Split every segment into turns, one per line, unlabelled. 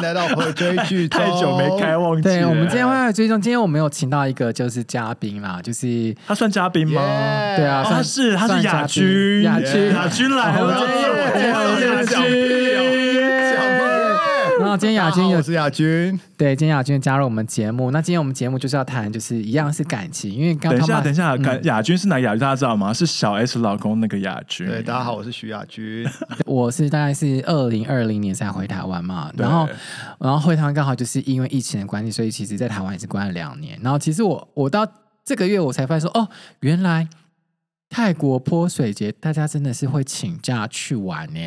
来到回追剧中，
太久没开，忘记了。
对，我们今天会来追踪，今天我们有请到一个就是嘉宾啦，就是
他算嘉宾吗？
耶
对啊，
哦
算
他是他是亚
算嘉宾
军，哎
亚军，
亚军来
我
了，
们今天
我
有
们
请
今
亚军，然 后今天亚军
我
有
是亚军，
对，今天亚军加入我们节目，那今天我们节目就是要谈就是一样是感情，因为刚
等一
刚
下，
嘛
等一下，
嗯
感亚军是哪个亚军？大家知道吗？是小 S 老公那个亚军。
对，大家好，我是徐亚军，
我是大概是二零二零年才回台湾嘛，
对
然后然后回台湾刚好就是因为疫情的关系，所以其实在台湾也是关了两年。然后其实我我到这个月我才发现说，哦，原来泰国泼水节大家真的是会请假去玩呢、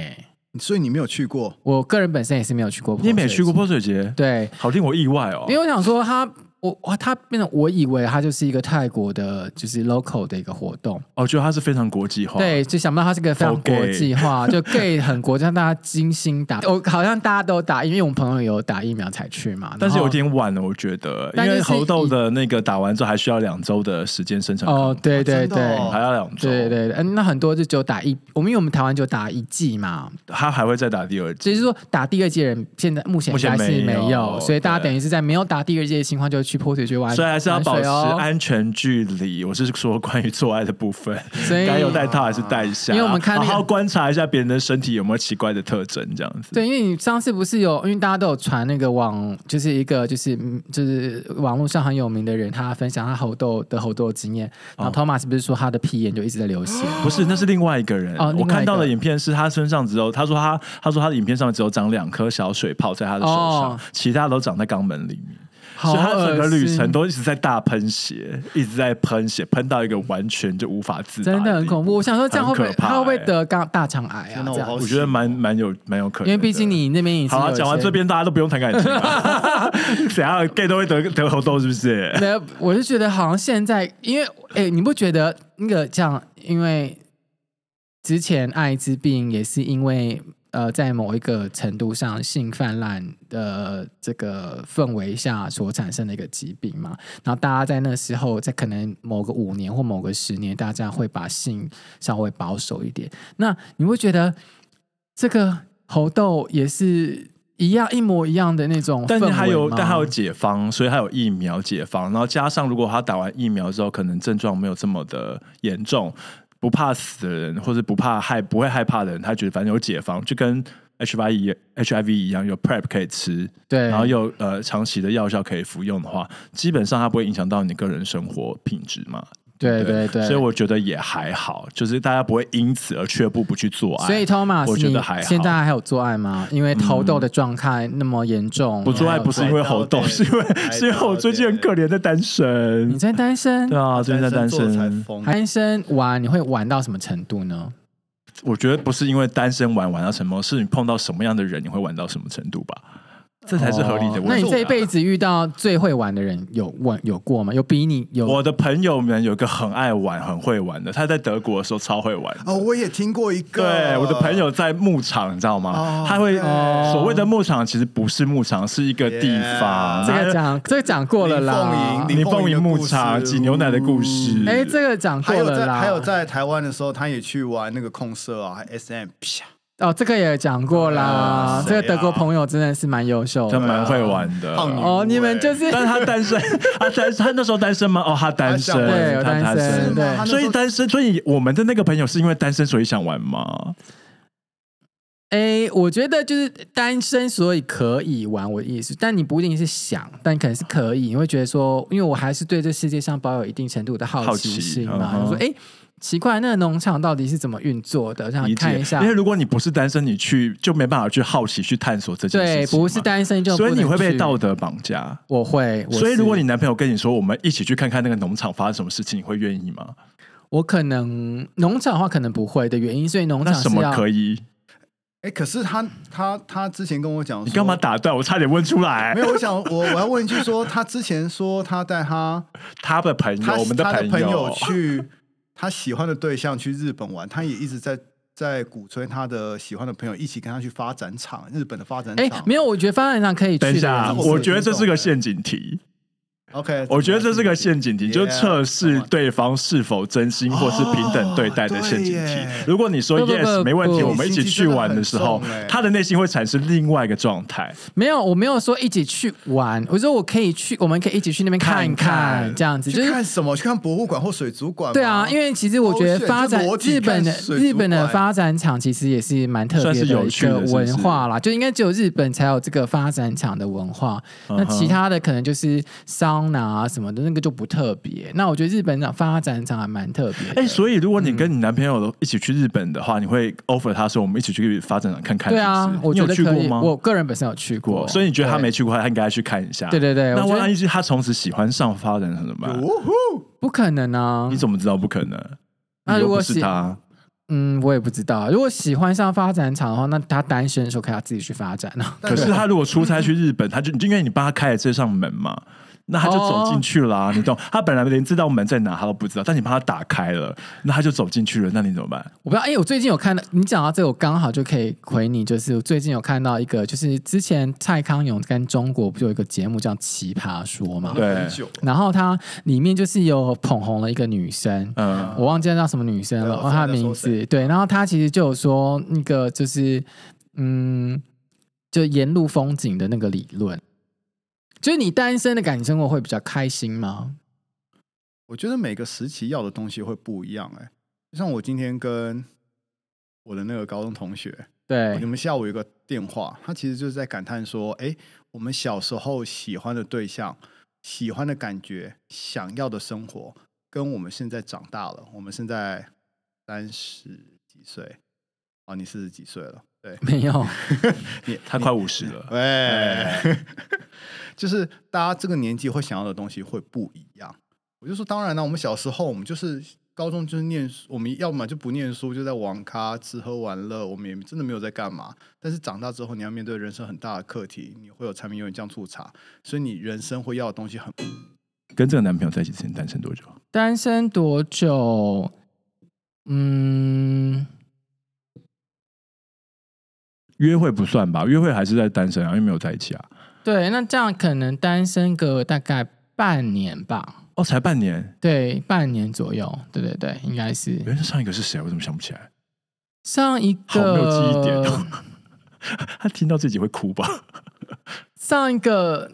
所以你没有去过，
我个人本身也是没有去过，
你也没去过？泼水节，
对，
好令我意外哦。
因为我想说他。我哇，他变成我以为他就是一个泰国的，就是 local 的一个活动，
我哦觉得他是非常国际化。
对，就想不到它是个非常
For 哦 gay
国际化，就 gay 很国际，让大家精心 打。我好像大家都打，因为我们朋友有打疫苗才去嘛。
但是有
点
点晚了，我觉得，因
但就是
为猴痘的那个打完之后还需要两周的时间生成抗体，
哦，对对
真的
对。
哦
还要两周，
对对对，嗯，那很多就只有打一，我们因为我们台湾就打一剂嘛，
他还会再打第二剂。
只是说打第二剂的人现在目前
目
应
前
该是
没有
没有，所以大家
对
等于是在没有打第二剂的情况就去泼水节玩，
所以还是要保持
玩水哦
安全距离。我是说关于做爱的部分，
所以
该有戴套还是戴一下，
因为我们看那个
好好观察一下别人的身体有没有奇怪的特征，这样子。
对，因为你上次不是有，因为大家都有传那个网，就是一个就是嗯就是网络上很有名的人，他分享他猴痘的猴痘经验。然后
哦
Thomas 不是说他的屁眼就一直在流血？
不是，那是另外一个人。
哦另外一
我
个
看到的影片是他身上只有，他说他他说他的影片上只有长两颗小水泡在他的手上，
哦
其他都长在肛门里面。
好
所以他整个
恶
旅
心
程都一直在大喷血，一直在喷血，喷到一个完全就无法自拔。
真的很恐怖。我想说这样会不会、
很可怕
他会不会
欸
得刚大肠癌啊？
天哪
这
我
样
好
我觉得蛮蛮有蛮有可能的，
因为毕竟你那边已经
好了、
有一
讲完
些
这。边大家都不用谈感情了， 怎样 gay 都会得得猴痘是不是？
没有，我就觉得好像现在，因为哎、你不觉得那个这样？因为之前艾滋病也是因为呃，在某一个程度上性泛滥的这个氛围下所产生的一个疾病嘛。然后大家在那时候，在可能某个五年或某个十年，大家会把性稍微保守一点。那你会觉得这个猴痘也是一样一模一样的那种哦氛
但
围吗，
是还有，但还有解方，所以还有疫苗解方，然后加上如果他打完疫苗之后，可能症状没有这么的严重，不怕死的人或者不怕害不会害怕的人，他觉得反正有解方，就跟 HIV HIV 一样，有 Prep 可以吃，
对，
然后又呃长期的药效可以服用的话，基本上它不会影响到你个人生活品质嘛。
对
不
对对，
所以我觉得也还好，就是大家不会因此而却步不去做爱。
所 以 Thomas，
我觉得
你
还好
现在还有做爱吗？因为头痘的状态那么严重，
嗯不做爱不是因为猴痘，
还
是因为
还
是因为我最近很可怜的单身。
你在单身
对，啊，最近在单
做才
身，
疯，
单身玩你会玩到什么程度呢？
我觉得不是因为单身玩玩到什么，是你碰到什么样的人，你会玩到什么程度吧，这才是合理的
哦
问题啊。
那你这一辈子遇到最会玩的人有玩有过吗？有比你有
我的朋友们有一个很爱玩、很会玩的，他在德国的时候超会玩。
Oh
哦，我也听过一个，
对，我的朋友在牧场，你知道吗？
哦
他会、
哦
所谓的牧场其实不是牧场，是一个地方。
这
然后
个讲这个讲过了啦
林凤营。
林凤营牧
林凤营的
场
故事
挤牛奶的故事，
哎，这个讲过
还有
了
在
啦。
还有在台湾的时候，他也去玩那个控社啊还，SM 啪，
哦，这个也讲过啦
啊。
这个
谁啊
德国朋友真的是蛮优秀
他
的。
蛮会玩的。
胖女
哦
哦，你们就是
但是他单身，他单他那时候单身吗？哦，他单身，
他想玩
对有
他
单
是
身
吗
对
他。那时
所
候
以单身，所以我们的那个朋友是因为单身所以想玩吗？
哎，我觉得就是单身，所以可以玩我的意思，但你不一定是想，但可能是可以，你会觉得说，因为我还是对这世界上保有一定程度的好奇心嘛，
好奇嗯哼
就说哎。诶奇怪，那个农场到底是怎么运作的？让
理
看
解
一下
因。为如果你不是单身，你去就没办法去好奇去探索这件事
对，
情嘛。
不是单身就不
所
能
以你会被
去
道，德绑架。
我会。我
所以，
是
如果你男朋友跟你说我们一起去看看那个农场发生什么事情，你会愿意吗？
我可能农场的话，可能不会的原因，所以农
那
场
什
是
么
要
可以？
哎，可是他他他之前跟我讲，
你干嘛？打断我？差点问出来
没。有，我想我我要问一句说，他之前说他带他
他的朋友，
他
我们
他的
朋
朋友去他喜欢的对象去日本玩，他也一直在在鼓吹他的喜欢的朋友一起跟他去发展场，日本的发展
哎
场。，
没有，我觉得发展上可以去的
等
原因
一啊
是。
下，
我
我觉得这是个陷阱题。
OK，
我觉得这是个陷阱题，就是
Yeah，
测试对方是否真心或是平等对待的陷阱
哦对
题
耶。
如果你说
不不
yes
不
没问题，
不
我们一起去玩的时候
你心机真的很重
欸
耶，
他的内心会产生另外一个状态。
没有，我没有说一起去玩，我说我可以去，我们可以一起去那边看
看
一
看
看，这样子
去
就是
看什么？去看博物馆或水族馆吗？
对啊，因为其实我觉得发展
哦是
日本的
这裸体看水族馆
日本的发展场其实也是蛮特别
算是有
一
趣的
个
是不是
文化啦，就应该只有日本才有这个发展场的文化。
嗯
那
哼
其他的可能就是桑拿啊什么的，那个就不特别。那我觉得日本场发展场还蛮特别的。
哎，所以如果你跟你男朋
嗯
友一起去日本的话，你会 offer 他说我们一起去发展场看看。
对
是
啊，
不
我
是
觉得
你有去
可
过
以。
吗？
我个人本身有去过，
所以你觉得他
对
没去过，他应该去看一下。
对对对
那
我觉
万
得
一是他从此喜欢上发展场怎么办？
呜呼，
不可能啊
你？怎么知道不可能？
那
你又
如果
不是
喜
他，
嗯，我也不知道。如果喜欢上发展场的话，那他单身的时候可以他自己去发展啊。
可是他如果出差去日本，他就就因为你帮他开了这扇门嘛，那他就走进去啦、
哦
你懂？他本来连这道门在哪他都不知道，但你帮他打开了，那他就走进去了，那你怎么办？
我不知道，哎、我最近有看到你讲到这个，我刚好就可以回你，就是我最近有看到一个，就是之前蔡康永跟中国不就有一个节目叫《奇葩说》嘛，
对
很久
然后它里面就是有捧红了一个女生，
嗯，
我忘记叫什么女生
对
了，
我
忘她
知道
的
你在说
名
谁
字。对，然后她其实就有说那个就是嗯，就沿路风景的那个理论，就是你单身的感情生活会比较开心吗？
我觉得每个时期要的东西会不一样、哎，就像我今天跟我的那个高中同学，
对
你，们下午有个电话，他其实就是在感叹说，哎、我们小时候喜欢的对象、喜欢的感觉、想要的生活，跟我们现在长大了，我们现在三十几岁，哦，你四十几岁了，对，
没有，
你
他快五十了，
哎， 就是大家这个年纪会想要的东西会不一样。我就说，当然了，我们小时候我们就是高中就是念书，我们要么就不念书，就在网咖吃喝玩乐，我们也真的没有在干嘛。但是长大之后，你要面对人生很大的课题，你会有柴米油盐酱醋茶，所以你人生会要的东西很
跟这个男朋友在一起之前单身多久？
单身多久？嗯，
约会不算吧，约会还是在单身啊，因为没有在一起啊。
对，那这样可能单身个大概半年吧，
哦，才半年，
对，半年左右，对对对，应该是
原来上一个是谁啊？我怎么想不起来？
上一
好
个
没有记忆点哦。 他听到自己会哭吧？
上一个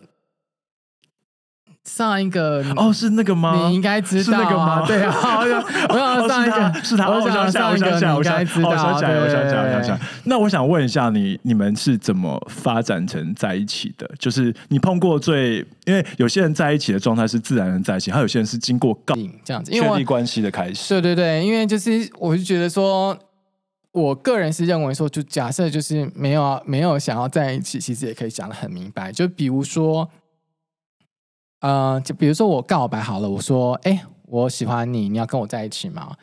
上一个
哦，是那个吗？
你应该知道、啊、
是那个吗
对啊， 我想我想上 一
哦
个，
是他，是他，
我
我想
想
起来，
上
我想起来，我
一个你应
想
该
起
知
来，
道，
我
啊
想起来，我想起来，我
对
想起来。那我想问一下你，你们是怎么发展成在一起的？就是你碰过最，因为有些人在一起的状态是自然人在一起，还有些人是经过告
这样子，因为
确
我
立关系的开始。
对对对，因为就是我就觉得说，我个人是认为说，就假设就是没有啊没有想要在一起，其实也可以讲的很明白。就比如说，呃，就比如说我告白好了，我说，哎，我喜欢你，你要跟我在一起吗？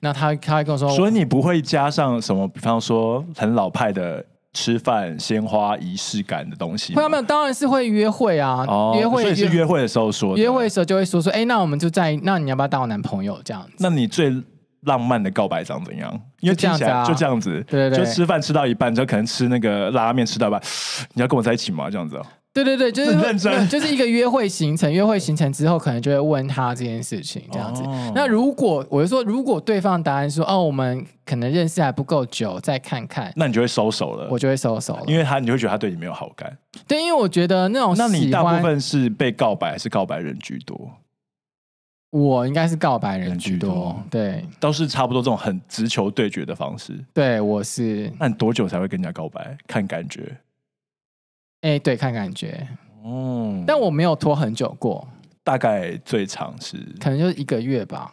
那他他会跟我说，
所以你不会加上什么，比方说很老派的吃饭、鲜花、仪式感的东西吗。
会啊，没有，当然是会约会啊，
哦，
约
所
会
以是
约
约会的时候说的。
约会的，时候就会说说，哎，那我们就在，那你要不要当我男朋友这样子？
那你最浪漫的告白长怎样？因为
就这样子啊
听起来就这样子，
对对对
就吃饭吃到一半，就可能吃那个拉面吃到一半， 你要跟我在一起吗？这样子、哦，
对对对，就是
很认真
没有就是一个约会行程。约会行程之后，可能就会问他这件事情，这样子。
哦
那如果我就说，如果对方答案说哦，我们可能认识还不够久，再看看，
那你就会收手了
我，就会收手了。
呃因为他你会觉得他对你没有好感。
对，因为我觉得那种
那你
喜
大部
欢，
分是被告白还是告白人居多？
我应该是告白人
人居
居多
多。
对，
都是差不多这种很直球对决的方式。
对，我是
那你多久才会跟人家告白？看感觉。
哎，对，看感觉，
哦，
但我没有拖很久过，
大概最长是
可能就是一个月吧，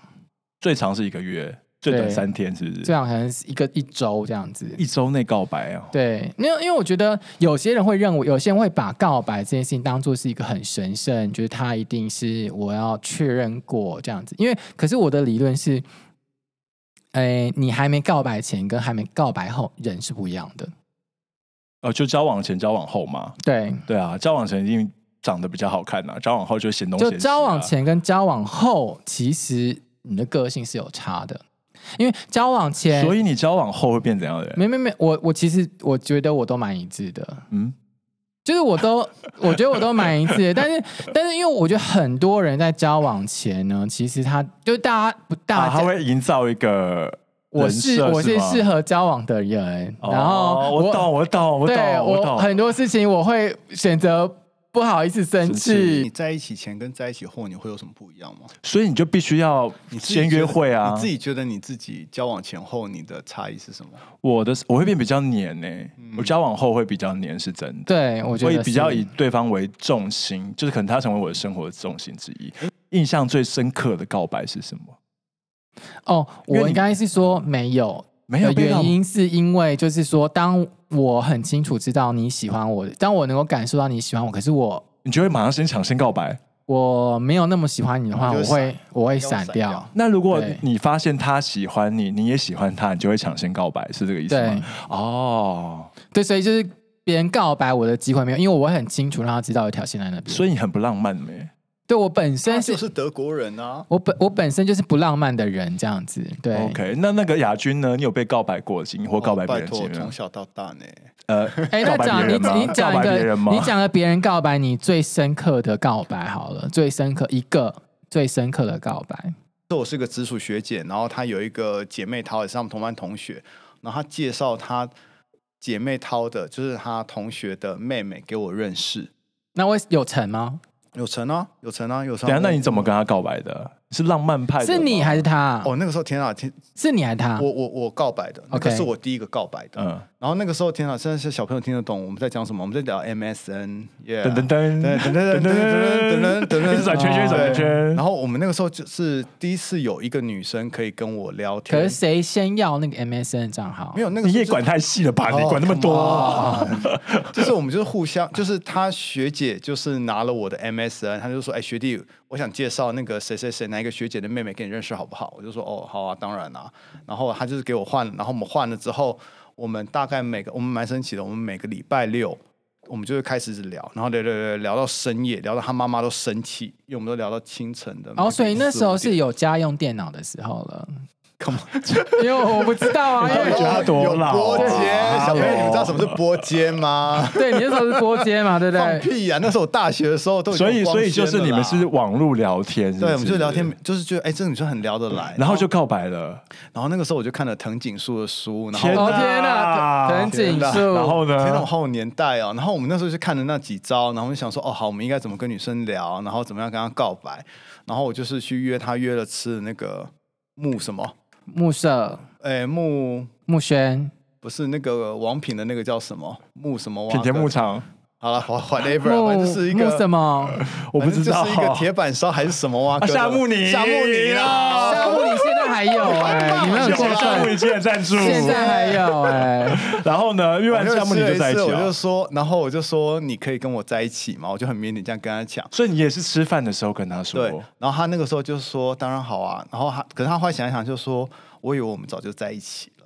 最长是一个月，最短三天，是不
这
是？
样可能是一个一周这样子。
一周内告白啊？
对，因为因为我觉得有些人会认为，有些人会把告白这件事情当做是一个很神圣，就是他一定是我要确认过这样子。因为可是我的理论是，哎，你还没告白前跟还没告白后人是不一样的。
哦，就交往前、交往后嘛。
对，
对啊，交往前一定长得比较好看呐、交往后就显东显
就
西啊
交往前跟交往后，其实你的个性是有差的，因为交往前，
所以你交往后会变怎样的人？
没没没，我我其实我觉得我都蛮一致的，
嗯，
就是我都， 我觉得我都买一次，但是但是因为我觉得很多人在交往前呢，其实他就大家不大
啊，他
家、
会营造一个
我
人
是
设
我是
吗
适合交往的人，
哦
然后
我懂，我懂，我
对
懂，
我
懂，
很多事情我会选择不好意思生
生
你
气，
在一起前跟在一起后，你会有什么不一样吗？
所以你就必须要
你自己
先
觉
约
得
会啊。
你自己觉得你自己交往前后你的差异是什么？
我的我会变比较黏呢、
嗯
我交往后会比较黏，是真的。
对我觉
所以
得
比较
是
以对方为重心，就是可能他成为我的生活重心之一。印象最深刻的告白是什么？
哦，
因为
我
你
应该是说没有，
没有
的
被让
呃原因是因为就是说，当我很清楚知道你喜欢我，当我能够感受到你喜欢我，可是我
你就会马上先抢先告白。
我没有那么喜欢你的话，
你就
我
会
会我会
你就会
闪
闪
掉
掉。
那如果
对
你发现他喜欢你，你也喜欢他，你就会抢先告白，是这个意思吗？哦，
对，所以就是别人告白我的机会没有，因为我会很清楚让他知道有一条线在那边。
所以你很不浪漫没、
对我本身
他
是，
就是德国人啊，
我本我本身就是不浪漫的人，这样子。对
OK，那那个雅君呢？你有被告白过的经历或告白
哦
别
拜
人啊的
托，
经
我
历吗
从？小到大呢，
呃，
哎，
告
那
白
讲
别
你
人吗
你讲一
告白别
个
人吗，
你讲了别人告白你最深刻的告白好了，最深刻一个最深刻的告白。
这我是个直属学姐，然后她有一个姐妹淘也是他们同班同学，然后她介绍她姐妹淘的，就是她同学的妹妹给我认识，
那我有成吗？
有成啊，有成啊，有成、
等一
啊。
下，那
我
你怎么跟他告白的？是浪漫派的吗？
是你还是他？
哦，那个时候天啊，天，
是你还是他
我？我我告白的，那个
OK
是我第一个告白的。
嗯，
然后那个时候天啊，真的是小朋友听得懂我们在讲什么，我们在聊 MSN，耶、
噔噔 噔
对噔噔噔噔噔噔噔噔
一直转圈圈，一直转圈圈。
然后我们那个时候就是第一次有一个女生可以跟我聊
可
天
是，谁先要那个 MSN 的账号？
没有那个
你
时候
也
就是
管太细了吧？你
哦
管那么多？
come on 就是我们就是互相，就是她学姐就是拿了我的 MSN，她就说：“哎、学弟，我想介绍那个谁谁谁，哪一个学姐的妹妹跟你认识好不好？”我就说：“哦，好啊，当然啦、然后她就是给我换，然后我们换了之后，我们大概每个我们蛮神奇的，我们每个礼拜六。我们就会开始聊，然后聊聊聊聊到深夜，聊到她妈妈都生气，因为我们都聊到清晨的。
哦，所以那时候
每
是
个
有家用电脑的时候了，
Come
因为我不知道啊，因
到底
四
觉
五点
得 他
为
多老啊
有波街，小朋友，你们知道什么是波街吗？
对你那时候是播接嘛，对不
放
对？
屁呀、那时候我大学的时候都已经
所以，
光
所以
鲜了
就是你们是
啦
网络聊天，是不是
对，我们就聊天，，就是觉得哎，这个女生很聊得来。
然后就告白了。
然后那个时候我就看了藤井树的书，然后
天
天
哦
哪
天哪，藤
天
井
哪
树，
然后
哪，
呢？
好有年代哦。然后我们那时候就看了那几招，然后我们就想说，哦，好，我们应该怎么跟女生聊，然后怎么样跟她告白。然后我就是去约她，约了吃那个木什么，
木舍
哎，木
木轩，
不是那个王品的那个叫什么木什么？
品田牧。场，
好了，whatever，反
木
正就是一
木
个
什么？
我不知道
反正。就是一个铁板烧还是什么哇、
啊夏目
尼，
尼啊
夏目尼啦，
夏目你现在还有哎，你没有
有
过
夏目
分，
一竟然赞助，
现在还有哎，
然后呢？因为夏目你就在一起哦
我哦就
了，
说，然后我就说你可以跟我在一起嘛，我就很腼腆这样跟他讲。
所以你也是吃饭的时候跟他
对
说，，
然后他那个时候就说当然好啊，然后他可是他后来想一想就说，我以为我们早就在一起了，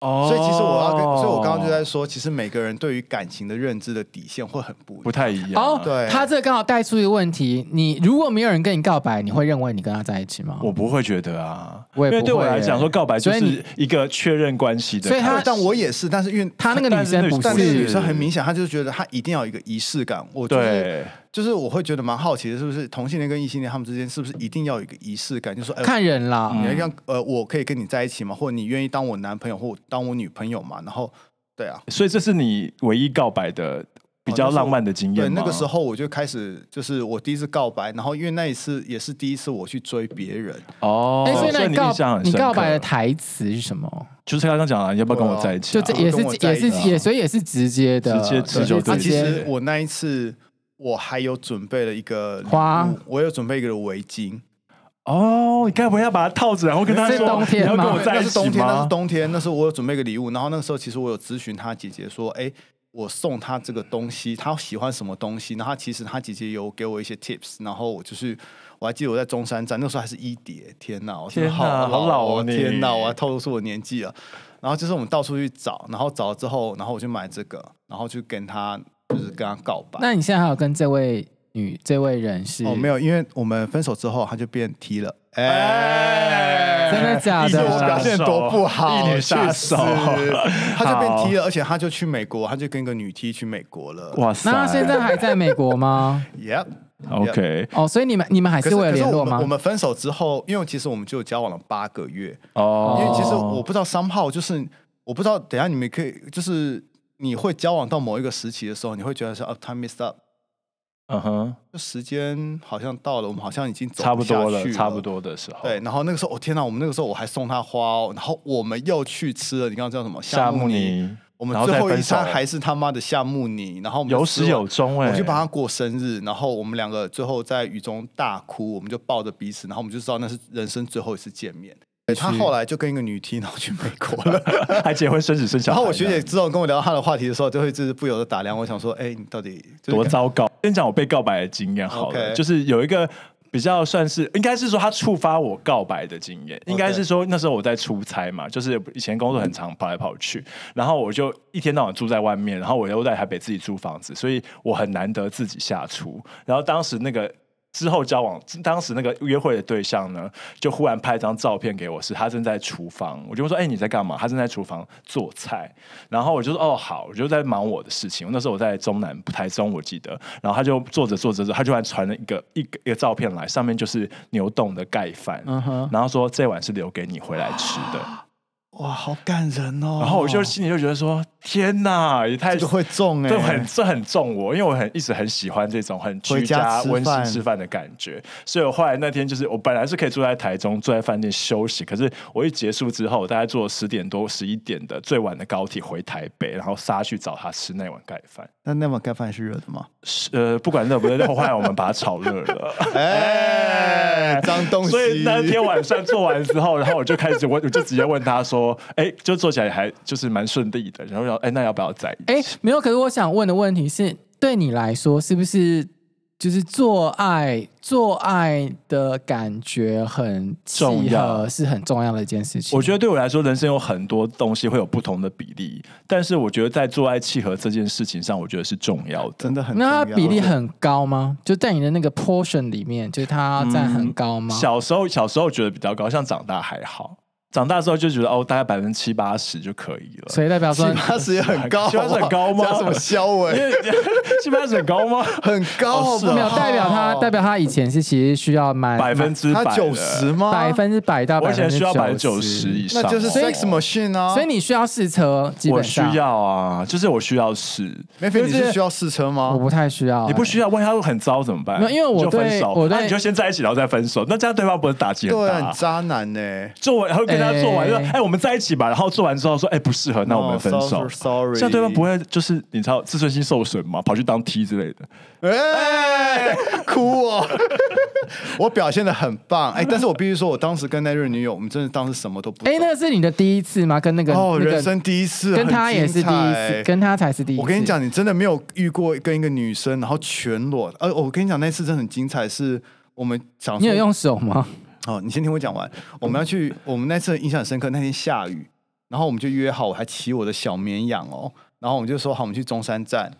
哦
所以其实我要跟，所以我刚刚就在说，其实每个人对于感情的认知的底线会很不一
不
样。
太一样。
哦，
对
他这刚好带出一个问题：你如果没有人跟你告白，你会认为你跟他在一起吗？
我不会觉得啊，
我也
因为
不
对我
会
来
耶
讲说告白就
所以
是
你
一个确认关系的开
所以
始，
他
对但我也是，但是因为
他那个女生不
但那个女
是
生很明显，她就觉得她一定要有一个仪式感。我就是
对
就是我会觉得蛮好奇的，是不是同性恋跟异性恋他们之间是不是一定要有一个仪式感？就是说，哎、
看人啦，
你
嗯
要让呃，我可以跟你在一起吗？或者你愿意当我男朋友或当我女朋友吗？然后，对啊，
所以这是你唯一告白的比较浪漫的经验
对，
吗、
那个时候我就开始就是我第一次告白，然后因为那一次也是第一次我去追别人，
哦，
哎、所以
所
那
以
你
印
告
象很
你
深刻
告白的台词是什么？
就是刚刚讲了，你要不要跟我在一起、
就
啊？
这
啊
也是
跟我在
也
一
是
起
也所以也是直接的，
直接
对
直球
啊，
对
其
决
实我那一次我还有准备了一个礼物
花
我有准备一个围巾，
哦，你该不会要把他套着，然后跟他
是
说
冬
你
天吗
要跟我在
那
一
是
起
冬天，那
吗
是？冬天，那时候我有准备一个礼物，然后那个时候其实我有咨询他姐姐说，哎。我送他这个东西，他喜欢什么东西？然后他其实他姐姐有给我一些 tips，然后我就是我还记得我在中山站，那时候还是一叠，天哪，我真的
天
好
哪好老
老
哦
哦，
你
天哪，我还透露出我年纪了。然后就是我们到处去找，然后找了之后，然后我就买这个，然后去跟他就是跟他告白。哦
那你现在还有跟这位女这位人是？
哦，没有，因为我们分手之后他就变 T 了，哎、
哎
真的假
一年
我
杀
表
的？
现多不好，
一年
去
杀
死
手
他就被
好
踢了，而且他就去美国，他就跟一个女 T 去美国了。
哇塞！
那现在还在美 国吗？
，Yep。
OK
哦，所以你们你们还
可是
是会有
可是
联
我
络
们
吗
我？们分手之后，因为其实我们就交往了八个月，
哦，
因为其实我不知道三号就是我不知道，等一下你们可以就是你会交往到某一个时期的时候，你会觉得说啊，time is up，
嗯哼，
就时间好像到了，我们好像已经走
差不多
下去
了，
了，
差不。多的时候，
对，然后那个时候，我、哦天哪！我们那个时候我还送他花哦，然后我们又去吃了，你刚刚叫什么
夏
慕
慕尼，
我们
然后
最
再
后一
分手
餐还是他妈的夏慕尼，然后我们
有
吃
始
完
有终哎，
我去帮他过生日，然后我们两个最后在雨中大哭，我们就抱着彼此，然后我们就知道那是人生最后一次见面。对他后来就跟一个女 T 然后去美国 了，
还结婚生子生小
然
孩，
后我学姐之后跟我聊到他的话题的时候，就会就是不由得打量，我想说，哎、你到底就是
多
感
糟糕。先讲我被告白的经验好了
OK
就是有一个比较算是，应该是说他触发我告白的经验，应该是说那时候我在出差嘛，就是以前工作很常跑来跑去，然后我就一天到晚住在外面，然后我又在台北自己租房子，所以我很难得自己下厨。然后当时那个。之后交往，当时那个约会的对象呢，就忽然拍一张照片给我，是他正在厨房。我就问说：“哎、你在干嘛？”他正在厨房做菜。然后我就说：“哦，好。”我就在忙我的事情。那时候我在中南台中，我记得。然后他就做着做着，他就然传了一个一个一个照片来，上面就是牛冻的盖饭，
嗯哼，
然后说这碗是留给你回来吃的。
哇，好感人哦。
然后我就心里就觉得说：“天哪，也太
这个会中哎、
这很这很重我，因为我很一直很喜欢这种很居
回家
家
吃
温馨
饭
吃饭的感觉，所以我后来那天就是我本来是可以住在台中，住在饭店休息，可是我一结束之后，我大概坐十点多十一点的最晚的高铁回台北，然后杀去找他吃那碗盖饭。
那那碗盖饭是热的 吗？
是呃，不管热不热，后来我们把它炒热 了。
哎、脏东西。
所以那天晚上做完之后，然后我就开始问，我就直接问他说：“哎、就做起来还就是蛮顺利的。”然后说：“哎、那要不要在一起？”
哎、没有。可是我想问的问题是，对你来说，是不是就是做爱做爱的感觉很契
重要
合，是很重要的一件事情？
我觉
得
得对我来说，人生有很多东西会有不同的比例，但是我觉得在做爱契合这件事情上，我觉得是重要的。
真的很重
那
要
它比例很高吗？就在你的那个 portion 里面，就是它占很高吗？
嗯小时候小时候觉得比较高，像长大还好，长大之后就觉得哦，大概百分之七八十就可以了。
所以代表说
七，八十也很高，啊
七八十很高吗
加什么消
因
尾？
为七八十很高 吗？
很高好不好，
哦是
没有代表他代表他以前是其实需要满
百分之百
他
的
九十，吗？
百分之百到
我
百
以前
分之
需要百分之
九
九十以上哦，
那就是
所以
sex machine 啊。
所以你需要试车，基
我
本
需
上
要啊，就是我需要试。
梅菲，你
就是
是需要试车
我
吗？
不太需要、
你不
欸
需要，万一他很糟怎么办？
没有因为我
就分
对
手，
我
那
对
你就先在一起，然后再分手，那这样对方不是打击很
对
大
啊，
啊
很？渣男呢。
做完，然后跟他做完，
哎
就说：“哎、我们在一起吧。”然后做完之后说：“哎、不适合，那我们分手。
No, so- sorry
这样对方不会就是你知道自尊心受损嘛，跑去当 T 之类的。
哎，哭 哦！我表现的很棒，哎，但是我必须说，我当时跟那任女友，我们真的当时什么都不
哎、
懂。
那个是你的第一次吗？跟那个
哦，
那个
人生第一次，
跟他
很
也是
精
第一次
彩，
跟他才是第一次。
我跟你，讲，你真的没有遇过跟一个女生然后全裸，呃，我跟你讲那次真的很精彩，是我们想
你有
说
用手吗？
哦，你先听我讲完。我们要去，我们那次印象很深刻，那天下雨，然后我们就约好，我还骑我的小绵羊哦，然后我们就说好，我们去中山站，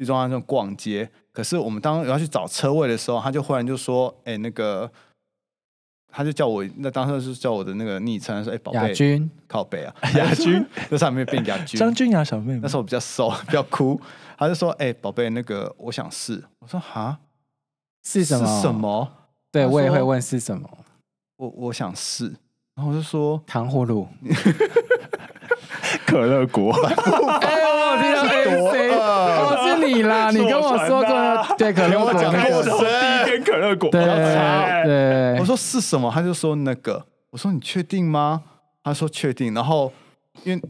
去中山站逛街。可是我们当要去找车位的时候，他就忽然就说：“哎、那个。”他就叫我，那当时是叫我的那个昵称，他说：“哎、宝
亚
贝，
军，
靠背啊，
亚军，
那上面变亚军，
张俊雅啊小妹妹
那时候我比较瘦，比较哭。他就说：“哎、宝贝，那个我想试。”我说：“哈，
是什么？
是什？么？
对
他
我也
说
会问是什么。
我我想试。”然后我就说
糖葫芦，
可乐 果，
哎、我有听到
多
哎谁？
饿
哦，是你 啦！
是
你跟
我
我
传
说
的啊
过，对，可
听
乐
我
果
讲
那
过
那
个
时
是
候第一天可乐果，
对
哎
对
我，说是什么？他就说那个。我说你确定吗？他说确定。然后因为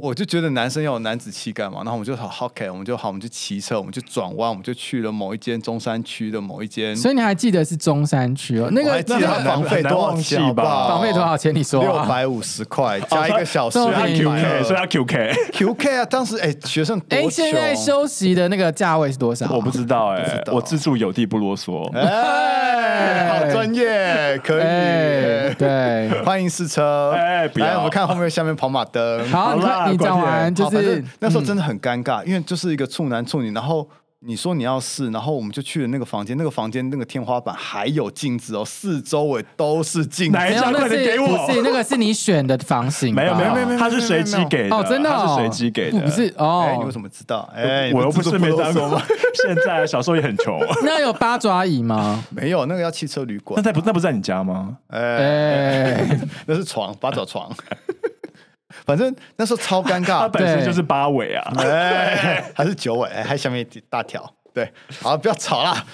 我就觉得男生要有男子气概嘛，然后我们就好好 OK，我们就好，我们就骑车，我们就转弯，我们就去了某一间中山区的某一间。
所以你还记得是中山区哦？那
我
个
还记得
那
他
个
房费多少钱好不好？
房费多少钱？你说
六
啊
百五十块，加一个小时
这
所
么
以他
便宜
QK，所以他 QK，
QK 啊！当时哎，学生多
哎、
穷。
现在休息的那个价位是多少啊、
我不知道哎、
不知道
我自助有地不啰嗦。
哎，好专业，可
哎、
以。
对，
欢迎试车。
哎不要
来，我们看后面下面跑马灯。
好，你
好啦
看你讲
关键
完就
好反
是
正那时候真的很尴尬，因为就是一个处男处女，然后。你说你要试，然后我们就去了那个房间，那个房间那个天花板还有镜子哦，四周围都是镜子
哪。
没
哎
有，
这样
那
快点
是
给我
不是那个是你选的房型吧？
没有没有
没有没有
他是随
没
机
有
给的，
哦，真的
他
哦
是随机给的，
不是
哎、你为
哦，
什么知道？哎、
我又不是没当
过
过
吗？，
现在小时候也 很穷。
那有八爪椅 吗？
没有，那个要汽车旅馆
那。在不那不在你家吗？
哎、
哎，
那是床，八爪床。反正那时候超尴
他
尬，
本身
对
就是八尾啊，
哎，还是九尾，哎，还下面一大条。对，好，不要吵啦。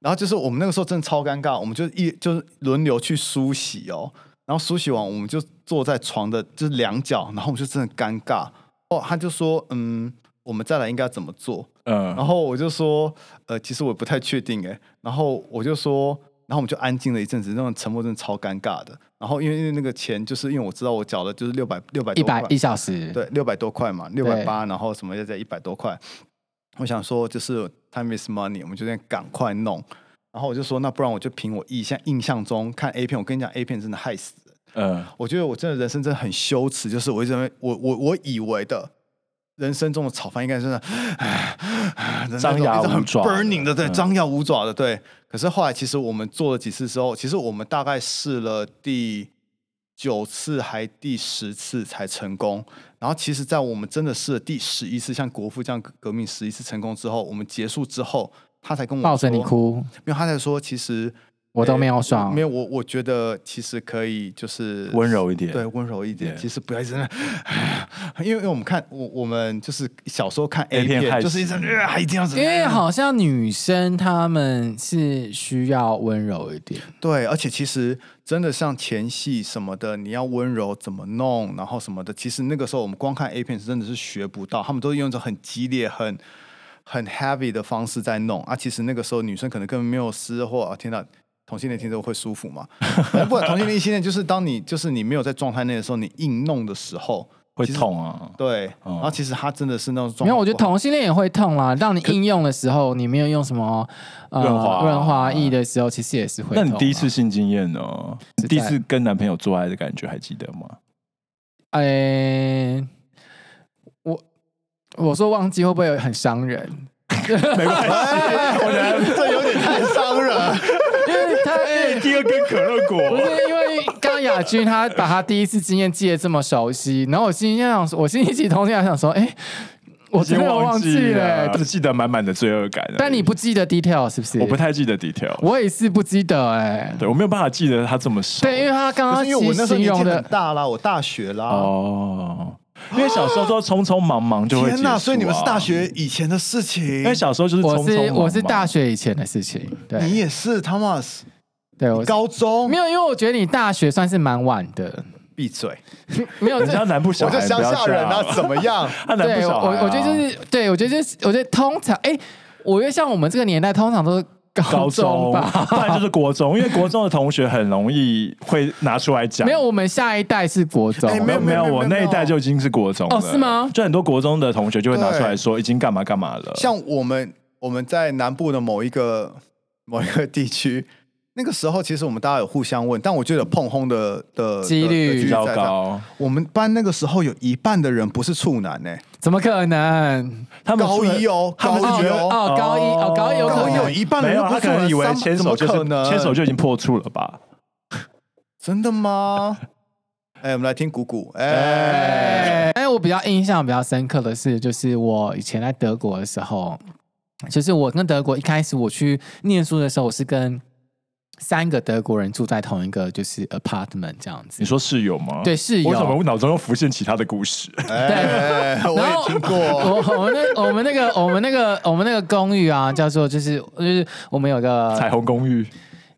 然后就是我们那个时候真的超尴尬，我们就一就是轮流去梳洗哦，然后梳洗完我们就坐在床的就是两脚，然后我们就真的尴尬。哦，他就说，嗯，我们再来应该怎么做？
嗯
然，后我就说，呃，其实我也不太确定哎。然后我就说，然后我们就安静了一阵子，那种沉默真的超尴尬的。然后因为因为那个钱，就是因为我知道我缴了就是六百六百
一
多块
啊
百一小时，
对，六百多块嘛，六百八，然后什么要在一百多块。我想说，就是 time is money，我们就得赶快弄。然后我就说，那不然我就凭我印象印象中看 A 片，我跟你讲，A 片真的害死人。
嗯，
我觉得我真的人生真的很羞耻，就是我一直认为我我我以为的人生中的炒饭应该真的，唉的那 种
张牙
一直很
舞爪的
burning 的，对，
嗯
张牙舞爪的，对。可是后来其实我们做了几次之后，其实我们大概试了第九次还第十次才成功。然后其实，在我们真的试了第十一次，像国父这样革命十一次成功之后，我们结束之后，他才跟我
抱着你
说，
哭，
没有，他才说其实。
我都
呃
没有爽
没有我，我觉得其实可以，就是
温柔一点，
对，温柔一点。
Yeah
其实不要一直在那，因为因为我们看我我们就是小时候看
A
A
片害
片，
死
就是一直呃还一定要怎
因
么样
为好像女生她们是需要温柔一点，
对，而且其实真的像前戏什么的，你要温柔怎么弄，然后什么的，其实那个时候我们光看 A 片真的是学不到，他们都用着很激烈、很很 heavy 的方式在弄啊。其实那个时候女生可能根本没有湿或啊，天哪！同性恋听着会舒服 吗？反正不管同性恋、异性恋，就是当你就是你没有在状态内的时候，你硬弄的时候，
会
其实
痛啊。
对，
哦
然后其实他真的是那种状
因为我觉得
不好
同性恋也会痛啦。当你应用的时候，你没有用什么呃
润滑
润滑液的时候，其实也是会
那
痛啊。
你第一次性经验呢？你第一
在
次跟男朋友做爱的感觉还记得吗？
哎、我我说忘记会不会很伤人？
没关系，我觉得
哎这有点太伤人。
因为他、
第二根可乐
不是
果，
因为刚刚雅君她把她第一次经验记得这么熟悉，然后我心里想说，我心里其实同时还想说，哎、我
已
真
经
的忘
记
了、欸
了，只记得满满的罪恶感而已。
但你不记得 detail 是不是？
我不太记得 detail，
我也是不记得哎、
对我没有办法记得他这么少。
对，因为他刚
可
刚
是因为我那时候
形
年纪
容
很
的，
大啦，我大学啦。
哦，因为小时候都匆匆忙忙就会
天
结束啊
所以你们是大，学以前的事情
因为。小时候就是匆
我
匆忙
是
忙
我是大学以前的事情，
你
对
也是，Thomas，
对，我是
高中
没有，因为我觉得你大学算是蛮晚的，
闭嘴，
没有
人家
这。
南部小
我
孩，
就乡下人
啊
啊，，怎么样？
他南部
对我，
小孩啊、
我觉得就是，对我觉得就是，我觉得通常，哎，我觉得像我们这个年代，通常都是
高
高中
中
吧，，
不然就是国中，因为国中的同学很容易会拿出来讲。
没有，我们下一代是国中，
哎
没有没
没
有，
有没有
我那一代就已经是国中了
哦是吗
就很多国中的同学就会拿出来说，已经干嘛干嘛了。
像我们我们在南部的某一个某一个地区，那个时候其实我们大家有互相问，但我觉得碰轰的的
几
的
率
的
比较
在
高，
我们班那个时候有一半的人不是处男欸呢，
怎么可能？
他们
高一哦，
他们
高
是觉
一
得
哦，
哦，高一哦，高一有可
高一有
能，
一半的
没
人
有，
都不是
他
处
可
男，
能以为
三
牵手就
怎么
是
可能
牵手就已经破处了吧？
真的吗？哎、我们来听鼓鼓。哎、
哎，但是我比较印象比较深刻的是，就是我以前在德国的时候，就是我跟德国一开始我去念书的时候，我是跟三个德国人住在同一个就是 apartment 这样子
你。说室友吗？
对，室友。
我怎么脑中又浮现其他的故事？
哎，我
然后
也听过。
我我们那我们 那个我们那个我们那个公寓啊，叫做就是就是我们有
彩
个
虹公寓，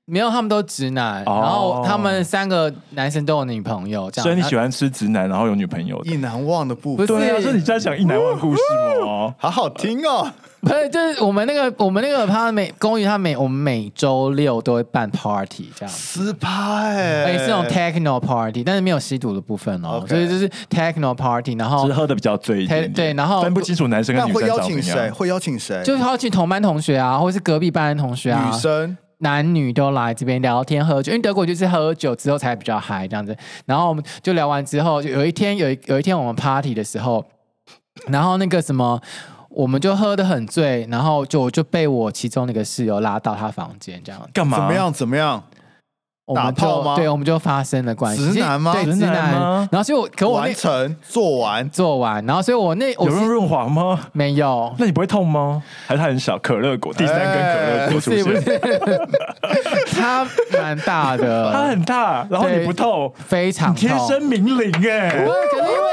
没有他们都直男，
哦
然后他们三个男生都有女朋友，这样。
所以你
那
喜欢吃直男，然后有女朋友的
意难忘的部分，
不
对啊，
是
所以你在讲一难忘故事吗？
好好听哦。
不是，就是我们那个我们那个他每公寓，他每我们每周六都会办 party 这样。
私拍、欸，
哎
而且是那种 techno party，但是没有吸毒的部分哦，
OK
所以就是 techno party，然
只
后
是喝的比较醉一点点，
对对然后
分不清楚男生跟
那
女
会
生
邀
长什
请
么
谁？
样。
会邀请谁？
就是邀请同班同学啊，或是隔壁班的同学啊，
女生。
男女都来这边聊天喝酒，因为德国就是喝酒之后才比较嗨这样子。然后我们就聊完之后，就有一天有一有一天我们 party 的时候，然后那个什么。我们就喝得很醉，然后就我就被我其中的一个室友拉到他房间，这样
干嘛？
怎么？样？怎么样？
我们
打炮
就
吗
对，我们就发生了关系。
直男吗
对，直
直男吗
然后所以我可我那
完成做完，
做完，然后所以我那我
有
是
用润滑吗？
没有，
那你不会痛吗？哎还是它很小？可乐果第三根可乐果出
是不
现，
是？ 他蛮 大的，
它很大，然后你不痛，
非常
你天
呃痛
生明灵哎
不。会，可能因为